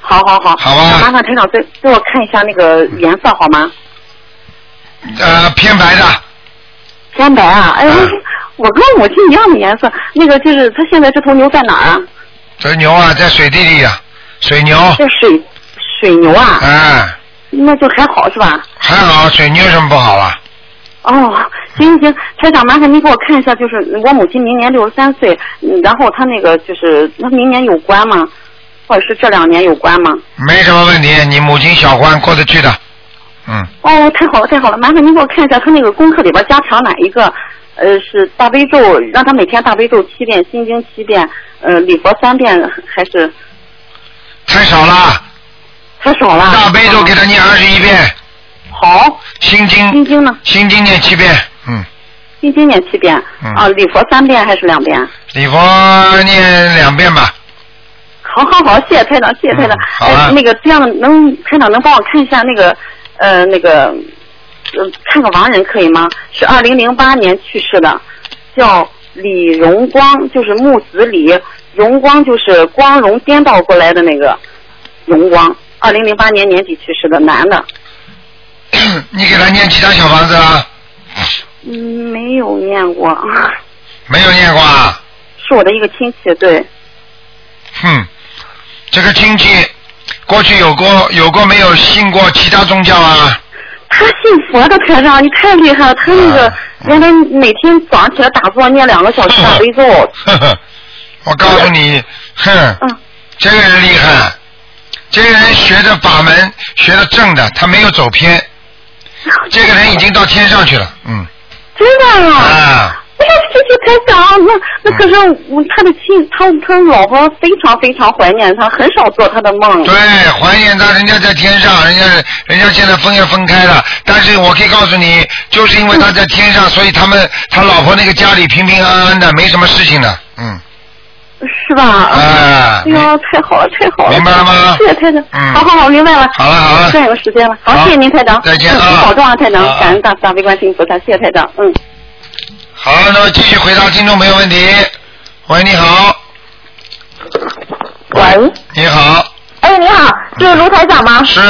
Speaker 8: 好好好，
Speaker 1: 好吧
Speaker 8: 那麻烦台长再给我看一下那个颜色好吗？
Speaker 1: 呃，偏白的，
Speaker 8: 天白啊，哎，
Speaker 1: 嗯
Speaker 8: 我我跟我母亲一样的颜色，那个就是它现在这头牛在哪儿啊？
Speaker 1: 这牛啊，在水地里啊，水牛，
Speaker 8: 在水水牛啊，
Speaker 1: 哎、
Speaker 8: 那就还好是吧？
Speaker 1: 还好，水牛有什么不好啊？
Speaker 8: 哦，行行，台长，麻烦您给我看一下，就是我母亲明年六十三岁，嗯然后她那个就是她明年有关吗？或者是这两年有关吗？
Speaker 1: 没什么问题，你母亲小关过得去的，嗯，
Speaker 8: 哦，太好了，太好了！麻烦您给我看一下他那个功课里边加强哪一个？呃，是大悲咒，让他每天大悲咒七遍，心经七遍，呃，礼佛三遍，还是
Speaker 1: 太少了，
Speaker 8: 太少了？
Speaker 1: 大悲咒给他念二十一遍，
Speaker 8: 好，
Speaker 1: 心
Speaker 8: 心
Speaker 1: 经
Speaker 8: 经呢？
Speaker 1: 心经念七遍，嗯，
Speaker 8: 心经念七遍，
Speaker 1: 嗯
Speaker 8: 啊，礼佛三遍还是两遍？
Speaker 1: 礼佛念两遍吧，
Speaker 8: 好好好，谢谢台长，谢谢台长
Speaker 1: 嗯。好啊
Speaker 8: 哎，那个这样能台长能帮我看一下那个呃那个呃看个亡人可以吗？是二零零八年去世的，叫李荣光，就是木子李，荣光就是光荣颠倒过来的那个荣光。二零零八年年底去世的男的，
Speaker 1: 你给他念其他小房子啊？
Speaker 8: 嗯，没有念过， 啊
Speaker 1: 没有念过啊？
Speaker 8: 是我的一个亲戚，对，
Speaker 1: 哼，这个亲戚过去有过有过没有信过其他宗教啊？
Speaker 8: 他信佛的台长，你太厉害了！他那个
Speaker 1: 啊
Speaker 8: 原来每天早上起来打坐念两个小 时大啊悲咒，
Speaker 1: 呵呵，我告诉你，哼，
Speaker 8: 嗯，
Speaker 1: 这个人厉害，这个人学的法门学的正的，他没有走偏，这个人已经到天上去了，嗯
Speaker 8: 真的啊！
Speaker 1: 啊，
Speaker 8: 哎呀，谢谢台长，那那可是我他的亲，他他老婆非常非常怀念他，很少做他的梦。
Speaker 1: 对，怀念他，人家在天上，人家人家现在分也分开了，但是我可以告诉你，就是因为他在天上，所以他们他老婆那个家里平平安安的，没什么事情的，嗯
Speaker 8: 是吧？
Speaker 1: 啊
Speaker 8: 哎，呀，太好了，太好了！
Speaker 1: 明白了吗
Speaker 8: 谢谢台长。
Speaker 1: 嗯
Speaker 8: 好好好，明白了。
Speaker 1: 好了好了
Speaker 8: 算有时间了。好，
Speaker 1: 好
Speaker 8: 谢谢您，台长。
Speaker 1: 再见啊
Speaker 8: 嗯您保重啊，台长
Speaker 1: 啊啊。
Speaker 8: 感恩大慈大悲观世音菩萨，谢谢台长。嗯。
Speaker 1: 好，那么继续回答听众朋友问题。喂，你好，
Speaker 9: 喂，
Speaker 1: 你好，
Speaker 9: 哎，你好，是卢台长吗？
Speaker 1: 嗯是，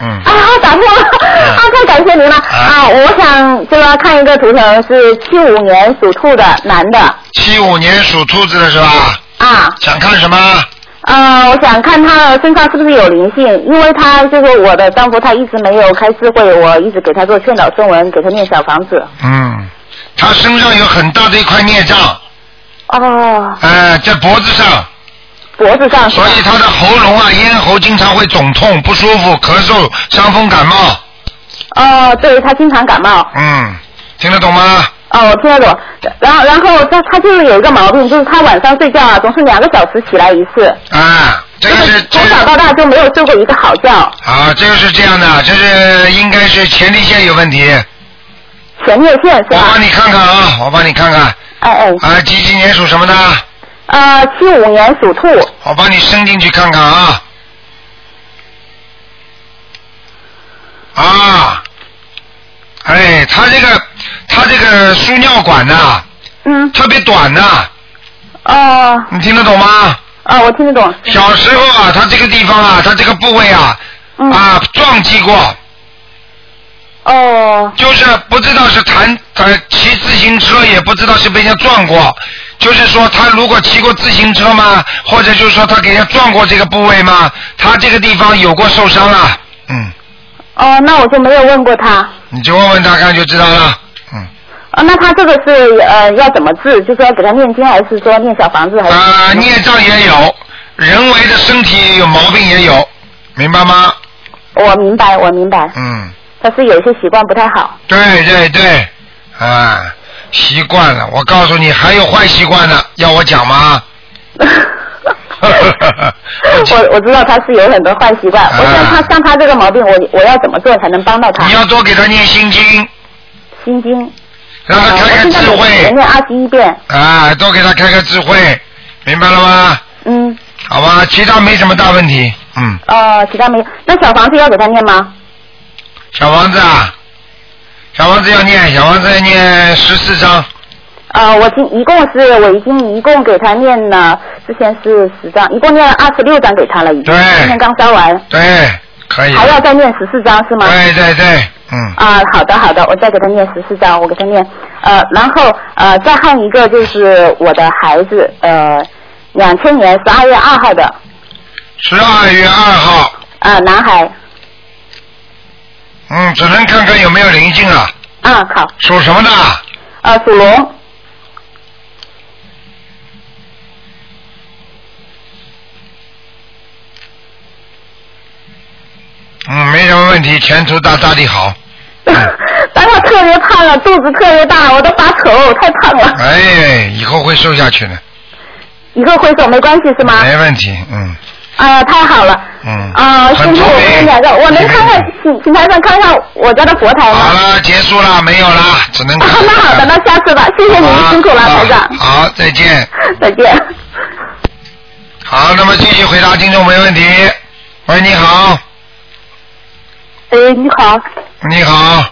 Speaker 1: 嗯
Speaker 2: 哎
Speaker 9: 啊，，打通了， 啊，太感谢您了啊！我想这个看一个图腾是七五年属兔的男的
Speaker 1: 七五年属兔子的是吧？
Speaker 9: 啊
Speaker 1: 想看什么？
Speaker 9: 啊，
Speaker 2: 呃，我想看她身上是不是有灵性，因为她就是我的丈夫，他一直没有开智慧，我一直给他做劝导声文，给他念小房子。
Speaker 1: 嗯，他身上有很大的一块孽障，
Speaker 2: 哦，
Speaker 1: 呃，在脖子上，
Speaker 2: 脖子上是吧
Speaker 1: 所以他的喉咙啊、咽喉经常会肿痛、不舒服、咳嗽、伤风感冒。
Speaker 2: 哦，对他经常感冒。
Speaker 1: 嗯，听得懂吗？
Speaker 2: 哦，我听得懂。然后，然后他他就是有一个毛病，就是他晚上睡觉啊，总是两个小时起来一次，
Speaker 1: 啊，这个是这
Speaker 2: 从小到大就没有睡过一个好觉，
Speaker 1: 啊，这个是这样的，这是应该是前列腺有问题。
Speaker 2: 前列腺是
Speaker 1: 我
Speaker 2: 吧
Speaker 1: 帮？你看看啊，我帮你看看
Speaker 2: 哎哎，
Speaker 1: 啊，几几年属什么的？
Speaker 2: 呃，七五年属兔，
Speaker 1: 我帮你伸进去看看啊。啊，哎，他这个他这个输尿管呐、
Speaker 2: 嗯，
Speaker 1: 特别短呐、
Speaker 2: 哦，
Speaker 1: 你听得懂吗？
Speaker 2: 哦，我听得懂，
Speaker 1: 小时候啊，他这个地方啊，他这个部位啊，
Speaker 2: 嗯，
Speaker 1: 啊撞击过，
Speaker 2: 哦，
Speaker 1: 就是不知道是弹呃骑自行车，也不知道是被人家撞过。就是说，他如果骑过自行车吗？或者就是说他给人家撞过这个部位吗？他这个地方有过受伤了。嗯，
Speaker 2: 哦，那我就没有问过他，
Speaker 1: 你就问问他看就知道了。嗯，
Speaker 2: 哦，那他这个是呃要怎么治？就是要给他念经，还是说念小房子，还是？
Speaker 1: 啊，孽障也有，人为的身体有毛病也有，明白吗？
Speaker 2: 我明白，我明白，
Speaker 1: 嗯，
Speaker 2: 他是有一些习惯不太好，
Speaker 1: 对对对，啊，习惯了。我告诉你，还有坏习惯呢，要我讲吗？
Speaker 2: 我我知道他是有很多坏习惯，我像他像他这个毛病，我我要怎么做才能帮到他
Speaker 1: 啊你？要多给他念心经，
Speaker 2: 心经，
Speaker 1: 让他
Speaker 2: 呃
Speaker 1: 开开
Speaker 2: 我现在每
Speaker 1: 智
Speaker 2: 天
Speaker 1: 慧
Speaker 2: 念二十一遍，
Speaker 1: 啊，多给他开开智慧，明白了吗？
Speaker 2: 嗯，
Speaker 1: 好吧，其他没什么大问题。嗯，
Speaker 2: 哦，其他没有。那小房子要给他念吗？
Speaker 1: 小王子啊，小王子要念，小王子要念十四章，
Speaker 2: 呃，我今一共是我已经一共给他念了，之前是十张，一共念了二十六张给他了，已经
Speaker 1: 对
Speaker 2: 今天刚烧完，
Speaker 1: 对，可以。
Speaker 2: 还要再念十四张是吗？
Speaker 1: 哎对对对，嗯，
Speaker 2: 啊，好的好的，我再给他念十四章，我给他念，呃，然后呃，再看一个就是我的孩子，呃，两千年十二月二号的
Speaker 1: 十二月二号，
Speaker 2: 呃男孩，
Speaker 1: 嗯，只能看看有没有灵性了。
Speaker 2: 啊好，
Speaker 1: 属什么的？
Speaker 2: 呃属龙，
Speaker 1: 嗯，没什么问题，前途大大的好。
Speaker 2: 然后特别胖了，肚子特别大，我都发愁，太胖了，
Speaker 1: 哎，以后会瘦下去的，
Speaker 2: 以后挥手没关系是吗？
Speaker 1: 没问题，嗯
Speaker 2: 啊，太好了。
Speaker 1: 嗯。
Speaker 2: 啊，师
Speaker 1: 很
Speaker 2: 傅，
Speaker 1: 聪
Speaker 2: 我问你两个，
Speaker 1: 明。
Speaker 2: 我能看看，请请台上看看我家的佛台吗？
Speaker 1: 好了，啊结束了，没有了，只能
Speaker 2: 啊
Speaker 1: 看。
Speaker 2: 那好的，那下次吧，谢谢您
Speaker 1: 啊
Speaker 2: 辛苦了，
Speaker 1: 啊
Speaker 2: 台长，
Speaker 1: 好，再见。
Speaker 2: 再见。
Speaker 1: 好，那么继续回答听众没问题。喂，你好，
Speaker 10: 哎，你好，
Speaker 1: 你好，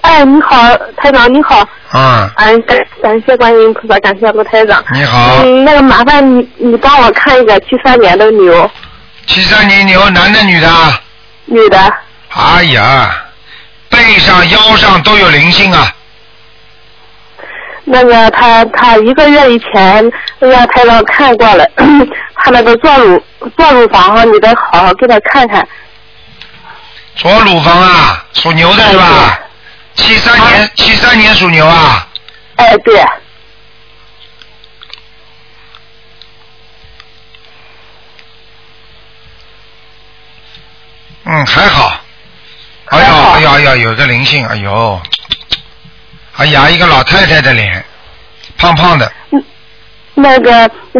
Speaker 10: 哎，你好，台长你好，
Speaker 1: 啊，
Speaker 10: 哎，感感谢观音菩萨，感谢卢台长。
Speaker 1: 你好，
Speaker 10: 嗯，那个麻烦你你帮我看一个七三年的牛，
Speaker 1: 七三年牛，男的女的？
Speaker 10: 女的，
Speaker 1: 哎呀，背上、腰上都有灵性啊，
Speaker 10: 那个她她一个月以前让台长看过了， 她那个坐乳坐乳房，啊你得好好给她看看。
Speaker 1: 左乳房啊，属牛
Speaker 10: 哎
Speaker 1: 的是吧？七三年，七三年属牛啊，
Speaker 10: 啊哎，对，
Speaker 1: 嗯，还好。哎
Speaker 10: 还
Speaker 1: 呦，
Speaker 10: 好
Speaker 1: 哎呦，哎呦，有一个灵性，哎呦，哎呀，一个老太太的脸，胖胖的，
Speaker 10: 那个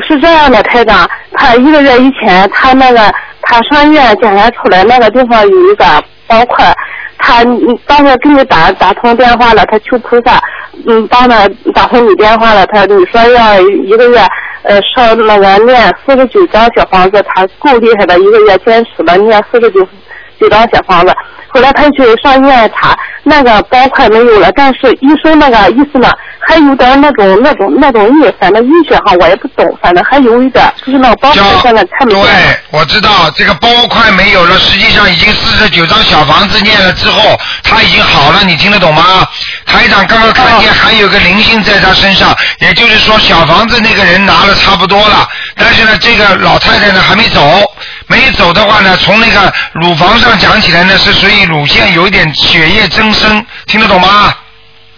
Speaker 10: 是这样的，台长，她一个月以前，她那个她上医院检查出来那个地方有一个斑块，她嗯当时给你打打通电话了，她求菩萨，嗯，帮她打通你电话了，她你说要一个月呃上那个念四十九张小房子，她够厉害的，一个月坚持了念四十九几张小房子，后来他去上医院查，那个包块没有了，但是医生那个意思呢，还有点那种那种那种意，反正医学哈我也不懂，反正还有一点，就是那个包块现在看不见了。
Speaker 1: 对，我知道这个包快没有了，实际上已经四十九张小房子念了之后，他已经好了，你听得懂吗？台长刚刚看见还有个灵性在他身上，也就是说小房子那个人拿了差不多了，但是呢，这个老太太呢还没走，没走的话呢，从那个乳房上讲起来呢，是属于乳腺有一点血液增生，听得懂吗？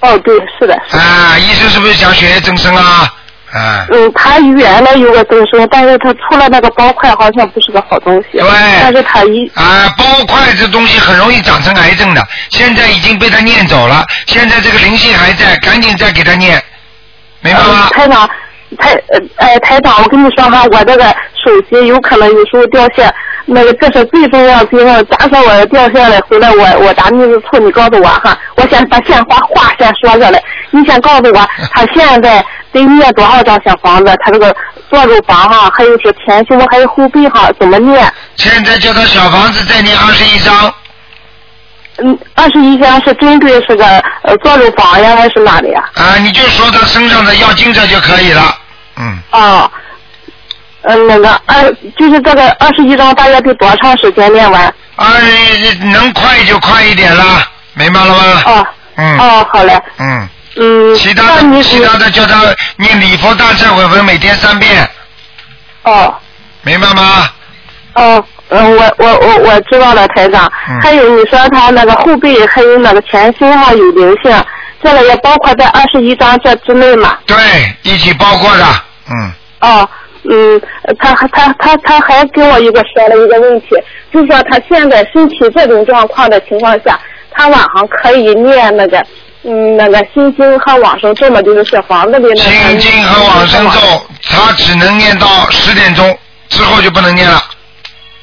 Speaker 10: 哦，对，是的。
Speaker 1: 啊，医生是不是讲血液增生啊？啊。
Speaker 10: 嗯，他原来有个增生，但是他出了那个包块，好像不是个好东西。
Speaker 1: 对
Speaker 10: 但是他一
Speaker 1: 啊，包块这东西很容易长成癌症的，现在已经被他念走了，现在这个灵性还在，赶紧再给他念，明白
Speaker 10: 呃
Speaker 1: 吗？
Speaker 10: 台长，台呃哎台长，我跟你说哈，我这个手机有可能有时候掉线，那个这是最重要的地方。假设我掉线了，回来我我打秘密处，你告诉我哈，我先把现话话先说下来，你先告诉我他现在得念多少张小房子，他这个坐住房哈，还有是前胸还有后背哈，怎么念？
Speaker 1: 现在叫他小房子再念二十一章，
Speaker 10: 嗯，二十一箱是针对是个呃坐住房呀，还是哪里呀？
Speaker 1: 啊，你就说他身上的要经者就可以了。嗯，
Speaker 10: 啊，嗯，那个二就是这个二十一章大约得多长时间练完？
Speaker 1: 二啊能快就快一点啦，明白了吗？
Speaker 10: 哦，
Speaker 1: 嗯
Speaker 10: 哦，好嘞，
Speaker 1: 嗯，
Speaker 10: 嗯，
Speaker 1: 其他
Speaker 10: 那
Speaker 1: 的
Speaker 10: 你
Speaker 1: 其他的叫他念礼佛大忏悔文每天三遍，
Speaker 10: 哦
Speaker 1: 明白吗？
Speaker 10: 哦，嗯，我我我我知道了，台长。
Speaker 1: 嗯
Speaker 10: 还有你说他那个后背还有那个前胸上有灵性，这个也包括在二十一章这之内嘛？
Speaker 1: 对，一起包括的。嗯，
Speaker 10: 哦，嗯，他还他他他还跟我一个说了一个问题，就是说他现在身体这种状况的情况下，他晚上可以念那个嗯那个心经和往生咒嘛，就是小房子里那个。
Speaker 1: 心经和往生咒，他只能念到十点钟，之后就不能念了。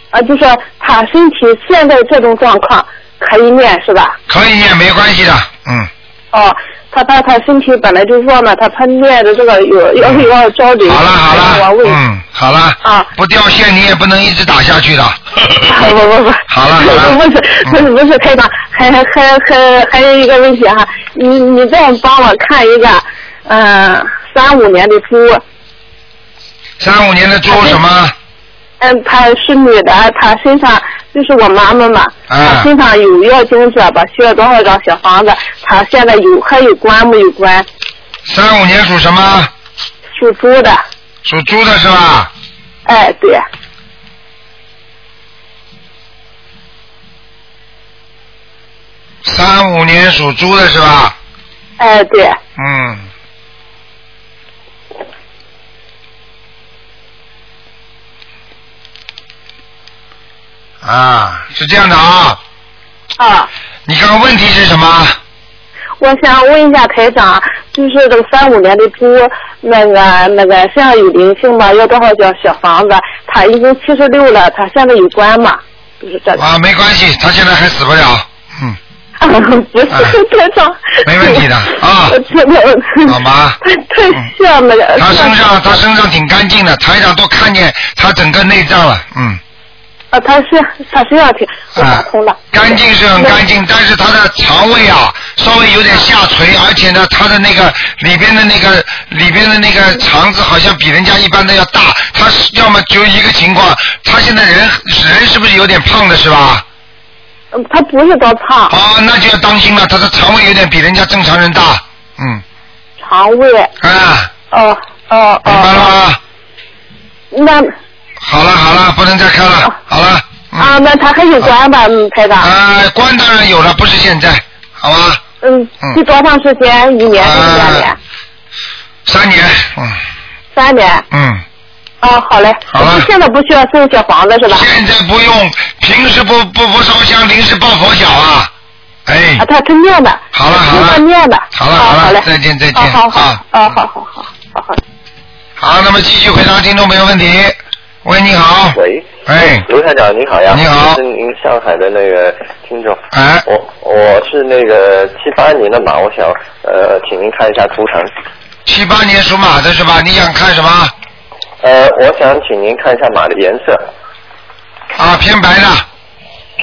Speaker 10: 啊，就是他身体现在这种状况可以念是吧？
Speaker 1: 可以念，没关系的。嗯，
Speaker 10: 哦，他他他身体本来就弱嘛，他他念的这个有要有要焦虑。
Speaker 1: 嗯
Speaker 10: 哎
Speaker 1: 好了好
Speaker 10: 我
Speaker 1: 了
Speaker 10: 问，
Speaker 1: 嗯，好了，
Speaker 10: 啊
Speaker 1: 不掉线你也不能一直打下去的。
Speaker 10: 哎不不不，
Speaker 1: 好了好了 嗯
Speaker 10: 不是不是不是，台长，还还还还还有一个问题哈，你你再帮我看一个，嗯，三五年的猪，
Speaker 1: 三五年的猪什么？
Speaker 10: 嗯，她是女的，她身上就是我妈妈嘛，
Speaker 1: 啊
Speaker 10: 她身上有药精者吧，需要多少张小房子？她现在有还有关没有关？
Speaker 1: 三五年属什么？
Speaker 10: 属猪的，
Speaker 1: 属猪的是吧？
Speaker 10: 哎，对，
Speaker 1: 三五年属猪的是吧？
Speaker 10: 哎对，
Speaker 1: 嗯。啊，是这样的啊，
Speaker 10: 啊。
Speaker 1: 你刚刚问题是什么？
Speaker 10: 我想问一下台长，就是这个三五年的猪，那个那个身上有灵性吗？要多少小小房子？他已经七十六了，他现在有关吗？就是这个，
Speaker 1: 啊，没关系，他现在还死不了，嗯，
Speaker 10: 不是、台长，
Speaker 1: 没问题的 哎啊
Speaker 10: 我真的，
Speaker 1: 好 吗？嗯
Speaker 10: 太太像那个，
Speaker 1: 他身上他身上挺干净的，台长都看见他整个内脏了，嗯，
Speaker 10: 啊，
Speaker 1: 啊
Speaker 10: 他是他身上挺，我打通了，
Speaker 1: 干净是很干净，但是他的肠胃啊稍微有点下垂，而且呢，他的那个里边的那个里边的那个肠子好像比人家一般的要大，他是要么就一个情况，他现在人人是不是有点胖的是吧？
Speaker 10: 嗯，他不是多胖，
Speaker 1: 哦，那就要当心了，他的肠胃有点比人家正常人大，嗯，
Speaker 10: 肠胃，
Speaker 1: 啊，
Speaker 10: 哦哦
Speaker 1: 明白了
Speaker 10: 哦，
Speaker 1: 吗？
Speaker 10: 那
Speaker 1: 好了好了，不能再看了，好了，嗯。
Speaker 10: 啊，那他还有关吧，嗯，台长，
Speaker 1: 啊，关当然有了，不是现在，好吧？
Speaker 10: 嗯
Speaker 1: 嗯，
Speaker 10: 是多长时间？一年还是两年
Speaker 1: 啊？三年，嗯
Speaker 10: 三年。
Speaker 1: 嗯，
Speaker 10: 哦，好嘞。
Speaker 1: 好了
Speaker 10: 现在不需要送小房子是吧？
Speaker 1: 现在不用，平时不不不烧香，临时抱佛脚啊，哎
Speaker 10: 啊，，他是念的。
Speaker 1: 好了好
Speaker 10: 他
Speaker 1: 了
Speaker 10: 念的。
Speaker 1: 好了
Speaker 10: 哦
Speaker 1: 好
Speaker 10: 好
Speaker 1: 了
Speaker 10: 嘞，
Speaker 1: 再见再见
Speaker 10: 哦好好
Speaker 1: 啊，
Speaker 10: 哦，好好好好好。
Speaker 1: 好，那么继续回答听众朋友问题。喂，你好，
Speaker 11: 喂，
Speaker 1: 哎
Speaker 11: 卢台长你好呀，
Speaker 1: 你好
Speaker 11: 我是您上海的那个听众，
Speaker 1: 哎，
Speaker 11: 我我是那个七八年的马，我想呃，请您看一下图腾，
Speaker 1: 七八年属马的是吧？你想看什么？
Speaker 11: 呃，我想请您看一下马的颜色，
Speaker 1: 啊，偏白的，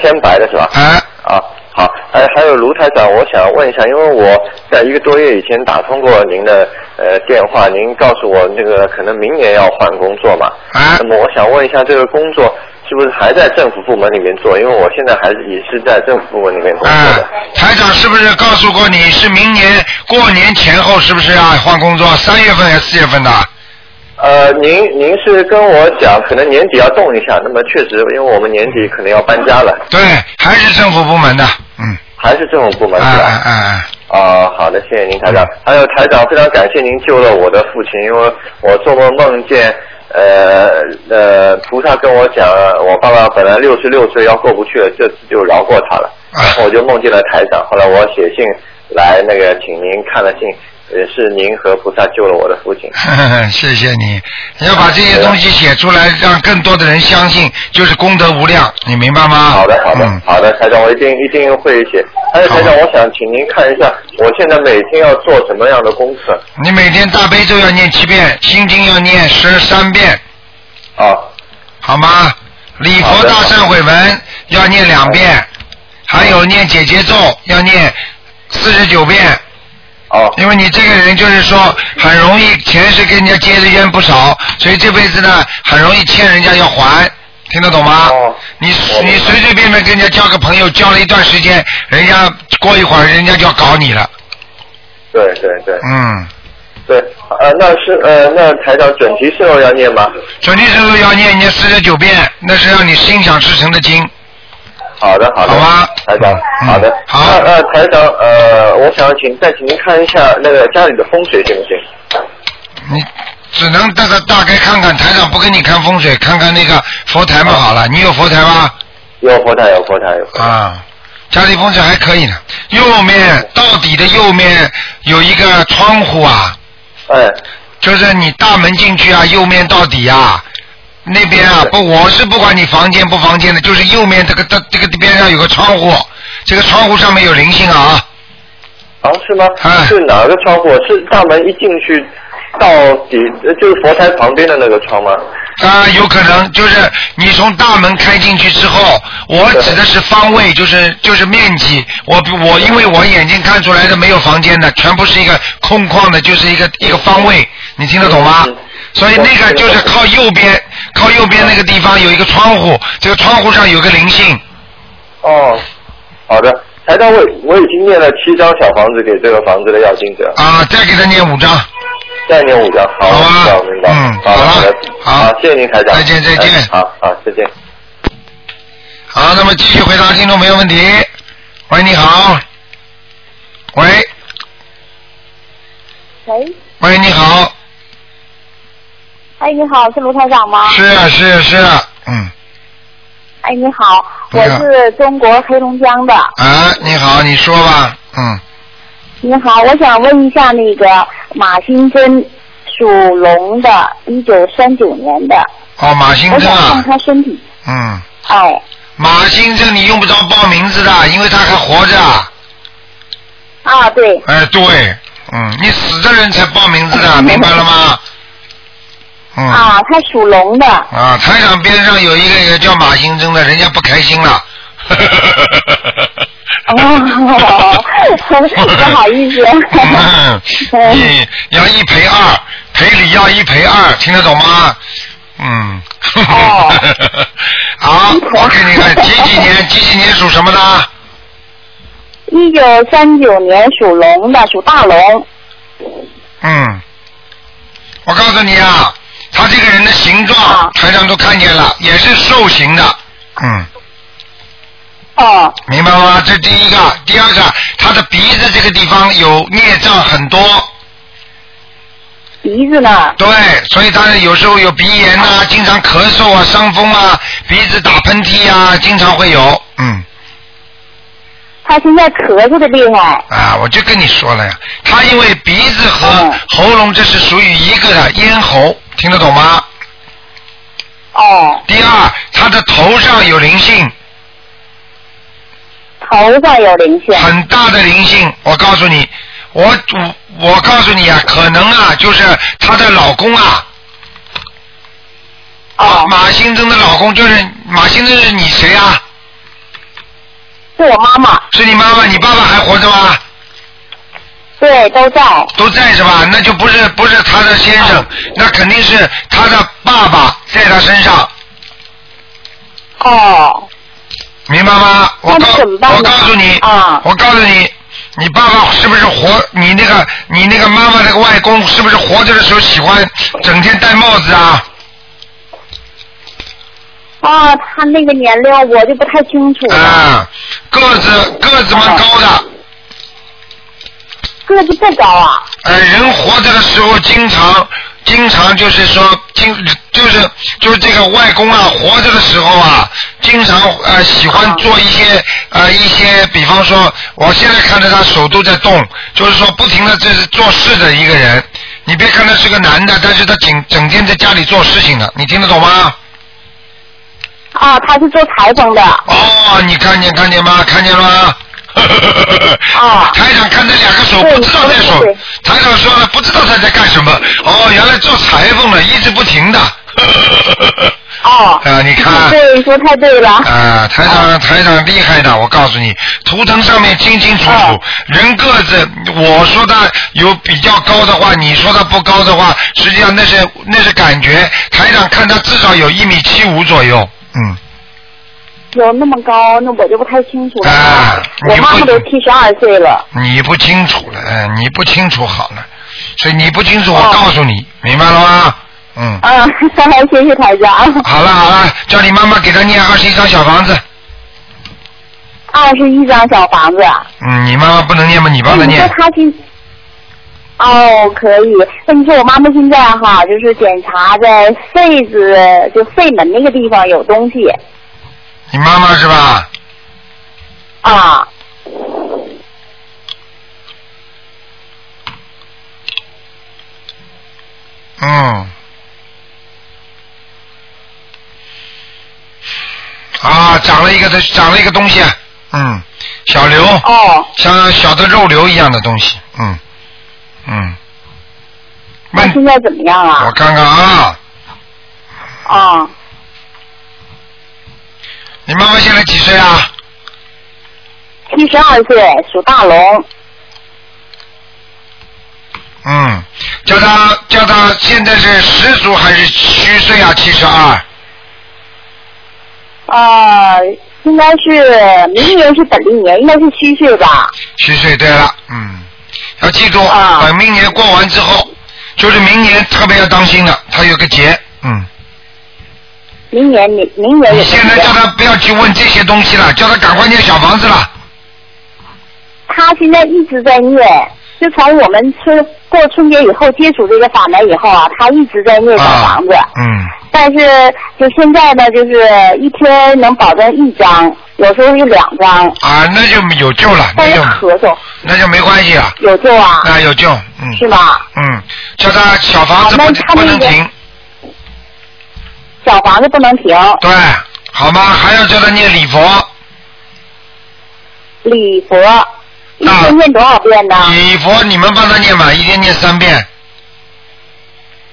Speaker 11: 偏白的是吧？
Speaker 1: 哎。
Speaker 11: 啊，好，哎，还有卢台长，我想问一下，因为我在一个多月以前打通过您的呃电话，您告诉我那个可能明年要换工作嘛，
Speaker 1: 啊，
Speaker 11: 那么我想问一下，这个工作是不是还在政府部门里面做？因为我现在还是也是在政府部门里面工作的。
Speaker 1: 台长是不是告诉过你是明年过年前后是不是要换工作？三月份还是四月份的？
Speaker 11: 呃，您您是跟我讲，可能年底要动一下，那么确实，因为我们年底可能要搬家了，
Speaker 1: 对，还是政府部门的。嗯，
Speaker 11: 还是这种部门
Speaker 1: 啊
Speaker 11: 是吧？
Speaker 1: 啊啊！啊
Speaker 11: 啊，好的，谢谢您台长。还有台长，非常感谢您救了我的父亲，因为我做梦梦见，呃呃，菩萨跟我讲，我爸爸本来六十六岁要过不去了，这次就饶过他了。然后我就梦见了台长，后来我写信来那个请您看了信，也是您和菩萨救了我的父亲。
Speaker 1: 谢谢你，你要把这些东西写出来，让更多的人相信，就是功德无量，你明白吗？
Speaker 11: 好的，好的，
Speaker 1: 嗯
Speaker 11: 好的，台长，我一定一定会写。还有台长，我想请您看一下，我现在每天要做什么样的功课？
Speaker 1: 你每天大悲咒要念七遍，心经要念十三遍，
Speaker 11: 啊，
Speaker 1: 好吗？礼佛大忏悔文要念两遍，还有念解结咒要念四十九遍。
Speaker 11: 哦。
Speaker 1: 因为你这个人就是说很容易前世跟人家结的冤不少，所以这辈子呢很容易欠人家要还，听得懂吗？
Speaker 11: 哦。
Speaker 1: 你你随随便便跟人家交个朋友，交了一段时间，人家过一会儿人家就要搞你了。
Speaker 11: 对对对
Speaker 1: 嗯，
Speaker 11: 对，呃，那是呃，那台长准提圣咒要念吗？
Speaker 1: 准提神咒要念念四十九遍，那是让你心想事成的经。嗯
Speaker 11: 好的，好的，好吧，台长，好的，好。那、呃、台长，呃，我想请再请您看一下那个家里的风水行不行？
Speaker 1: 只能大概大概看看台长不跟你看风水，看看那个佛台嘛好了。你有佛台吗？
Speaker 11: 有佛台，有佛台，有佛台。
Speaker 1: 啊，家里风水还可以呢。右面到底的右面有一个窗户啊。
Speaker 11: 哎。
Speaker 1: 就是你大门进去啊，右面到底啊，那边啊不，我是不管你房间不房间的，就是右面这个这这个边上有个窗户，这个窗户上面有灵性啊。
Speaker 11: 啊，是吗？是哪个窗户？是大门一进去到底，呃就是佛台旁边的那个窗吗？
Speaker 1: 啊、有可能就是你从大门开进去之后，我指的是方位，就是就是面积。我我因为我眼睛看出来的没有房间的，全部是一个空旷的，就是一个一个方位，你听得懂吗？所以那个就是靠右边，靠右边那个地方有一个窗户，这个窗户上有个灵性。
Speaker 11: 哦，好的，台长，我我已经念了七张小房子给这个房子的要经者，
Speaker 1: 啊，再给他念五张。
Speaker 11: 再念五张，好，明
Speaker 1: 啊
Speaker 11: 白，我明白，嗯，好的，好的，好，谢谢您，台长，再见，再见，好好，再见。
Speaker 1: 好，那么继续回答听众朋友问题。喂，你好。喂，
Speaker 2: 喂，
Speaker 1: 喂，你好，
Speaker 2: 哎，你好，是卢台长吗？
Speaker 1: 是啊，是啊，是啊，嗯，
Speaker 2: 哎，你好，
Speaker 1: 你
Speaker 2: 我
Speaker 1: 好
Speaker 2: 是中国黑龙江的。
Speaker 1: 啊，你好，你说吧，嗯，
Speaker 2: 你好，我想问一下那个马新珍，属龙的，一九三九年的。
Speaker 1: 哦，马新
Speaker 2: 我
Speaker 1: 珍
Speaker 2: 想
Speaker 1: 啊
Speaker 2: 看，他身体。
Speaker 1: 嗯，
Speaker 2: 哎，
Speaker 1: 马新珍，你用不着报名字的，因为他还活着。
Speaker 2: 啊，对。
Speaker 1: 哎，对，嗯，你死的人才报名字的，明白了吗？嗯。
Speaker 2: 啊，他属龙 的。
Speaker 1: 啊，台长边上有一个也叫马新珍的，人家不开心了。
Speaker 2: 哦，不好意思。
Speaker 1: 嗯， 你要一赔二，赔礼要一赔二，听得懂吗？嗯。哦。 好，我给你看，几几年？几几年属什么的？
Speaker 2: 一九三九年属龙的，属大龙。
Speaker 1: 嗯，我告诉你啊，他这个人的
Speaker 2: 啊
Speaker 1: 形状，台上都看见了，也是瘦型的。嗯。
Speaker 2: 哦。
Speaker 1: 明白吗？这第一个，第二个，他的鼻子这个地方有孽障很多。
Speaker 2: 鼻子呢？
Speaker 1: 对，所以他有时候有鼻炎呐、经常咳嗽啊、伤风啊、鼻子打喷嚏啊，经常会有。嗯，
Speaker 2: 他现在咳嗽的厉害。
Speaker 1: 啊，我就跟你说了呀，他因为鼻子和
Speaker 2: 嗯
Speaker 1: 喉咙这是属于一个的咽喉，听得懂吗？
Speaker 2: 哦。
Speaker 1: 第二，他的头上有灵性。
Speaker 2: 头上有灵性。
Speaker 1: 很大的灵性，我告诉你，我我我告诉你啊，可能啊，就是她的老公啊。
Speaker 2: 哦
Speaker 1: 啊，马新珍的老公就是马新珍是你谁啊？
Speaker 2: 是我妈妈，
Speaker 1: 是你妈妈，你爸爸还活着吗？
Speaker 2: 对，都在。哦
Speaker 1: 都在是吧？那就不是不是他的先生，那肯定是他的爸爸在他身上，
Speaker 2: 哦，
Speaker 1: 明白吗？我告
Speaker 2: 怎么办呢
Speaker 1: 我告诉你，
Speaker 2: 啊
Speaker 1: 我告诉你，你爸爸是不是活？你那个你那个妈妈那个外公是不是活着的时候喜欢整天戴帽子啊？
Speaker 2: 啊，他那个年龄我就不太清楚了，
Speaker 1: 啊，个子个子蛮高的，
Speaker 2: 个子不高啊。
Speaker 1: 呃，人活着的时候经常经常就是说经就是就是这个外公啊，活着的时候啊，经常呃喜欢做一些呃一些，比方说，我现在看着他手都在动，就是说不停的这是做事的一个人。你别看他是个男的，但是他整整天在家里做事情的，你听得懂吗？
Speaker 2: 啊，他是做裁缝的。
Speaker 1: 哦，你看见看见吗？看见了吗？
Speaker 2: 啊，
Speaker 1: 台长看这两个手不知道在手，台长说了不知道他在干什么。哦，原来做裁缝的，一直不停的。
Speaker 2: 哦。
Speaker 1: 啊，你看。
Speaker 2: 对，说太对了。
Speaker 1: 啊，台长，台长厉害的，我告诉你，图腾上面清清楚
Speaker 2: 哦
Speaker 1: 楚，人个子，我说他有比较高的话，你说他不高的话，实际上那是那是感觉，台长看他至少有一米七五左右，嗯，
Speaker 2: 有那么高，那我就不太清楚了。
Speaker 1: 啊，
Speaker 2: 我
Speaker 1: 你
Speaker 2: 妈
Speaker 1: 不
Speaker 2: 妈都七十二岁了。
Speaker 1: 你不清楚了，哎，你不清楚好了，所以你不清楚，
Speaker 2: 哦
Speaker 1: 我告诉你，明白了吗？嗯，
Speaker 2: 啊， 谢谢台长。
Speaker 1: 好了好了，叫你妈妈给他念二十一张小房子，
Speaker 2: 二十一张小房子。啊嗯
Speaker 1: 嗯，你妈妈不能念吗？你帮她
Speaker 2: 那你说
Speaker 1: 念，
Speaker 2: 他现哦，可以。那你说我妈妈现在哈，就是检查在肺子，就肺门那个地方有东西
Speaker 1: 你妈妈是吧？
Speaker 2: 啊。
Speaker 1: 嗯。啊，长了一个，长了一个东西，嗯，小瘤，
Speaker 2: 哦，
Speaker 1: 像小的肉瘤一样的东西，嗯，嗯，
Speaker 2: 那现在怎么样啊？
Speaker 1: 我看看啊，
Speaker 2: 啊，
Speaker 1: 你妈妈现在几岁啊？
Speaker 2: 七十二岁，属大龙。
Speaker 1: 嗯，叫她叫她现在是十足还是虚岁啊？七十二，
Speaker 2: 啊，应该是明年是本历年，应该是虚岁吧？
Speaker 1: 虚岁。对了，嗯，要记住，
Speaker 2: 啊
Speaker 1: 本命年过完之后，就是明年特别要当心了，它有个劫，嗯。
Speaker 2: 明年明明年
Speaker 1: 你
Speaker 2: 有。
Speaker 1: 现在叫他不要去问这些东西了，叫他赶快念小房子了。
Speaker 2: 他现在一直在念，就从我们春过春节以后接触这个法门以后啊，他一直在念小房子。
Speaker 1: 嗯。
Speaker 2: 但是就现在呢，就是一天能保证一张，有时候就两张。
Speaker 1: 啊，那就有救了，
Speaker 2: 但是
Speaker 1: 那就
Speaker 2: 咳嗽
Speaker 1: 那就没关系了。
Speaker 2: 有救啊？
Speaker 1: 啊，有救，嗯
Speaker 2: 是吧？
Speaker 1: 嗯，叫他小房子
Speaker 2: 啊
Speaker 1: 不
Speaker 2: 那他
Speaker 1: 不
Speaker 2: 那
Speaker 1: 能
Speaker 2: 个
Speaker 1: 停，
Speaker 2: 小房子不能停，
Speaker 1: 对，好吗？还要叫他念礼佛，啊
Speaker 2: 礼佛一天念多少遍呢？
Speaker 1: 礼佛你们帮他念吧，一天念三遍，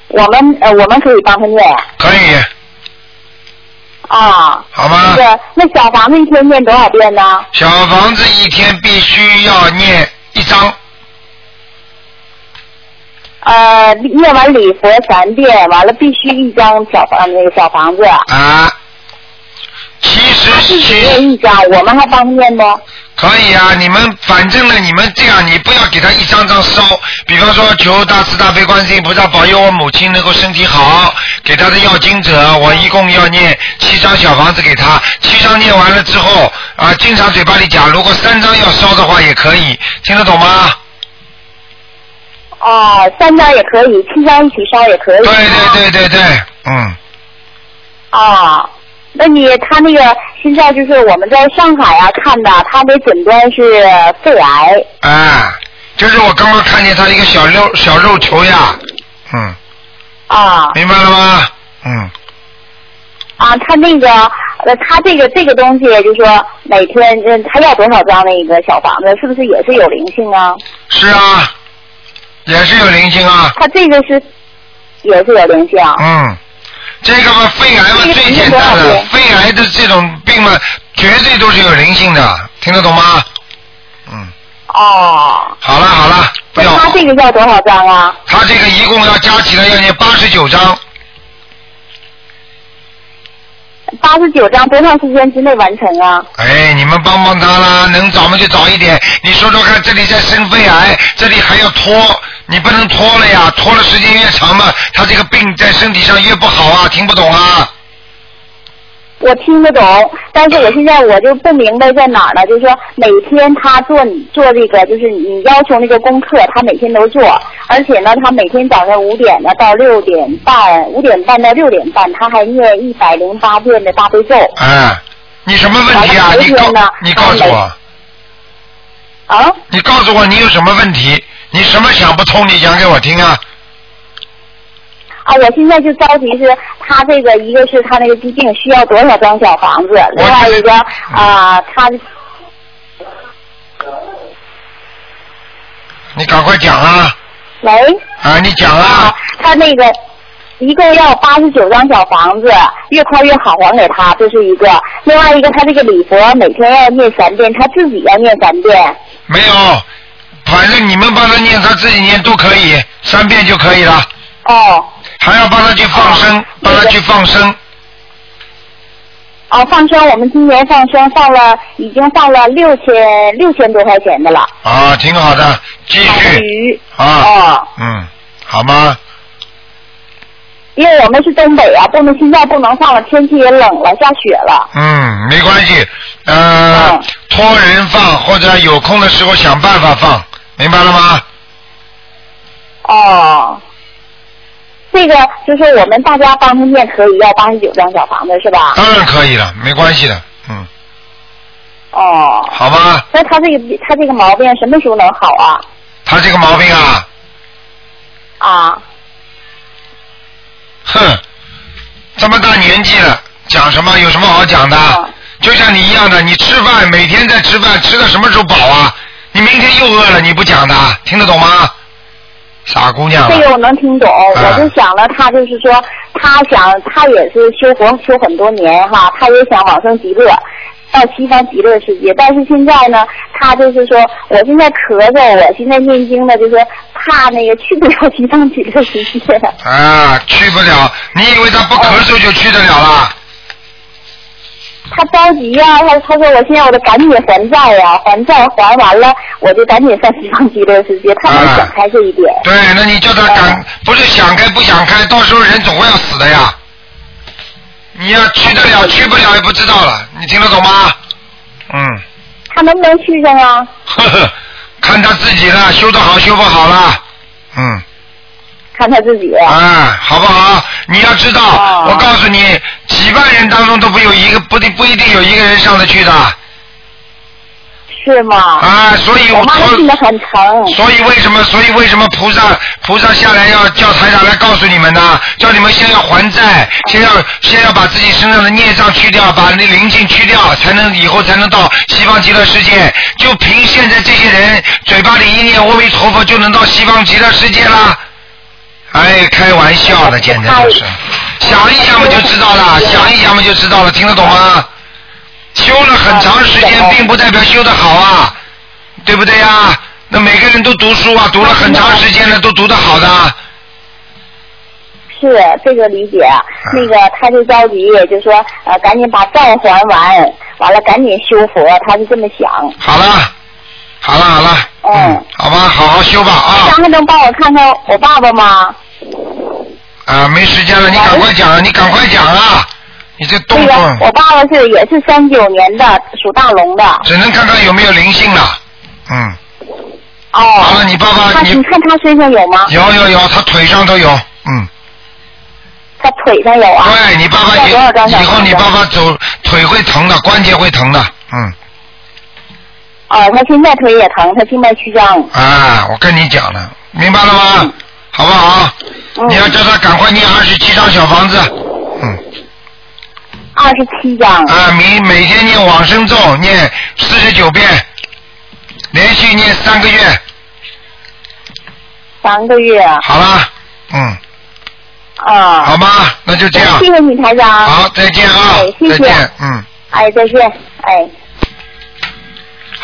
Speaker 2: 我们呃，我们可以帮他念
Speaker 1: 可以，
Speaker 2: 啊。
Speaker 1: 好吗
Speaker 2: 那？个那小房子一天念多少遍呢？
Speaker 1: 小房子一天必须要念一张，
Speaker 2: 呃，念完礼佛三遍，完了必须一张小房那个小房子。
Speaker 1: 啊，其
Speaker 2: 他自己念一张，我们还帮他念不？
Speaker 1: 可以啊，你们反正呢，你们这样，你不要给他一张张烧。比方说，求大慈大悲观世音菩萨保佑我母亲能够身体好，给他的要经者，我一共要念七张小房子给他。七张念完了之后，啊，经常嘴巴里讲，如果三张要烧的话也可以，听得懂吗？
Speaker 2: 哦，三张也可以，七张一起烧也可以。
Speaker 1: 对对对对对，嗯，
Speaker 2: 啊，那你他那个现在就是我们在上海啊看的，他的诊断是肺癌。
Speaker 1: 啊，就是我刚刚看见他一个小肉小肉球呀，嗯，
Speaker 2: 啊
Speaker 1: 明白了吗？嗯。
Speaker 2: 啊，他那个呃，他这个这个东西，就是说每天嗯，他要多少张那个小房子，是不是也是有灵性啊？
Speaker 1: 是啊，也是有灵性啊。
Speaker 2: 他这个是也是有灵性啊。
Speaker 1: 嗯，这个嘛，肺癌嘛最简单了，肺癌来的这种病嘛，绝对都是有灵性的，听得懂吗？
Speaker 2: 哦，
Speaker 1: 好了好了，不要。
Speaker 2: 他这个要多少张啊？
Speaker 1: 他这个一共要加起来要念八十九章，
Speaker 2: 八十九张，多长时间之内完成啊？
Speaker 1: 哎，你们帮帮他啦，能早嘛就早一点。你说说看，这里在生肺癌，这里还要拖，你不能拖了呀，拖了时间越长嘛，他这个病在身体上越不好啊，听不懂啊？
Speaker 2: 我听得懂，但是我现在我就不明白在哪儿了。就是说，每天他做你做这个，就是你要求那个功课，他每天都做，而且呢，他每天早上五点呢到六点半，五点半到六点半，他还念一百零八遍的大悲咒。
Speaker 1: 哎，你什么问题啊？
Speaker 2: 好的
Speaker 1: 你告
Speaker 2: 好的
Speaker 1: 你告诉我。
Speaker 2: 啊？
Speaker 1: 你告诉我你有什么问题？你什么想不通？你讲给我听啊！
Speaker 2: 啊，我现在就着急是，他这个一个是他那个疾病需要多少张小房子，另外一个啊、
Speaker 1: 呃
Speaker 2: 他
Speaker 1: 你赶快讲啊！
Speaker 2: 喂
Speaker 1: 啊，你讲啊！
Speaker 2: 他那个一共要八十九张小房子，越快越好还给他，这是一个；另外一个，他这个礼佛每天要念三遍，他自己要念三遍。
Speaker 1: 没有，反正你们帮他念，他自己念都可以，三遍就可以了。
Speaker 2: 哦。
Speaker 1: 还要帮他去放生，帮他去放生。
Speaker 2: 啊，放生，我们今年放生放了，已经放了六千六千多块钱的了。
Speaker 1: 啊，挺好的，继
Speaker 2: 续哦
Speaker 1: 啊，嗯，好吗？
Speaker 2: 因为我们是东北啊，不能现在不能放了，天气也冷了，下雪了。
Speaker 1: 嗯，没关系，呃，
Speaker 2: 哦
Speaker 1: 托人放或者有空的时候想办法放，明白了吗？
Speaker 2: 哦，这个就是我们大家帮他念可以要八十九张小房子是吧？
Speaker 1: 当然可以了，没关系的，嗯，
Speaker 2: 哦，
Speaker 1: 好吗？
Speaker 2: 那他这个他这个毛病什么时候能好啊？
Speaker 1: 他这个毛病啊，
Speaker 2: 啊，
Speaker 1: 哼，这么大年纪了，讲什么有什么好讲的？
Speaker 2: 哦
Speaker 1: 就像你一样的，你吃饭每天在吃饭，吃到什么时候饱啊？你明天又饿了，你不讲的，听得懂吗？傻姑娘了啊
Speaker 2: 这个我能听懂，我就想了，他就是说，他想他也是修佛修很多年哈，他也想往生极乐，到西方极乐世界。但是现在呢，他就是说，我现在咳嗽，我现在念经呢，就是怕那个去不了西方极乐世 界。
Speaker 1: 啊，去不了。你以为他不咳嗽就去得了啦？
Speaker 2: 他着急呀、他他说我现在我得赶紧还债呀、还债还完了我就赶紧上西方极乐世界。他能想开这一点。
Speaker 1: 对，那你叫他
Speaker 2: 哎
Speaker 1: 赶，不是想开不想开，到时候人总会要死的呀。你要去得
Speaker 2: 嗯
Speaker 1: 了，去不了也不知道了，你听得懂吗？嗯，
Speaker 2: 他能不能去上啊？
Speaker 1: 呵呵， 看他自己了，修得好修不好了，嗯。
Speaker 2: 看他自己。哦
Speaker 1: 啊，好不好？你要知道，我告诉你，几万人当中都不有一个，不定不一定有一个人上得去的。
Speaker 2: 啊是吗？
Speaker 1: 啊，所以我
Speaker 2: 我妈
Speaker 1: 说
Speaker 2: 病得很疼。
Speaker 1: 所以为什么？所以为什么菩萨菩萨下来要叫台长来告诉你们呢？叫你们先要还债，先要先要把自己身上的孽障去掉，把那灵性去掉，才能以后才能到西方极乐世界。就凭现在这些人嘴巴里一念阿弥陀佛，就能到西方极乐世界啦？哎，开玩笑的，简直就是。想一想我就知道了，想一想我就知道了，听得懂吗？修了很长时间，并不代表修得好啊，对不对呀、那每个人都读书啊，读了很长时间了，都读得好的。啊
Speaker 2: 是这个理解，啊
Speaker 1: 啊
Speaker 2: 那个他就着急，就说呃赶紧把债还完，完了赶紧修佛，他是这么想。
Speaker 1: 好了，好了，好了，嗯，好吧，好好修吧啊
Speaker 2: 张还能帮我看看我爸爸吗？
Speaker 1: 啊，没时间了，你赶快讲啊，你赶快讲啊，你这动
Speaker 2: 那个
Speaker 1: 动
Speaker 2: 我爸爸是也是三九年的，属大龙的。
Speaker 1: 只能看看有没有灵性了，嗯，
Speaker 2: 哦。
Speaker 1: 好了，你爸爸
Speaker 2: 他
Speaker 1: 你
Speaker 2: 你看他身上有吗？
Speaker 1: 有有有，他腿上都有，嗯，
Speaker 2: 他腿上有啊。
Speaker 1: 对你爸爸
Speaker 2: 要多少张
Speaker 1: 以
Speaker 2: 小
Speaker 1: 以后
Speaker 2: 房
Speaker 1: 你
Speaker 2: 子
Speaker 1: 爸爸走腿会疼的，关节会疼的，嗯，
Speaker 2: 哦，他现在腿也疼，他静脉曲张。嗯
Speaker 1: 啊，我跟你讲了，明白了吗？好不好？你要叫他赶快念二十七张小房子，嗯
Speaker 2: 二十七张。
Speaker 1: 啊，每每天念往生咒，念四十九遍，连续念三个月，
Speaker 2: 三个月。
Speaker 1: 好啦，嗯，
Speaker 2: 啊、哎
Speaker 1: 好吗？那就这样
Speaker 2: 谢。谢你台长。
Speaker 1: 好，再见啊
Speaker 2: 哎，谢
Speaker 1: 再
Speaker 2: 谢。
Speaker 1: 见，嗯。
Speaker 2: 哎，再见，哎。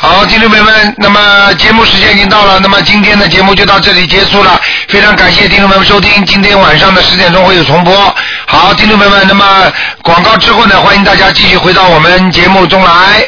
Speaker 1: 好，听众朋友们，那么节目时间已经到了，那么今天的节目就到这里结束了。非常感谢听众朋友们收听，今天晚上的十点钟会有重播。好，听众朋友们，那么广告之后呢，欢迎大家继续回到我们节目中来。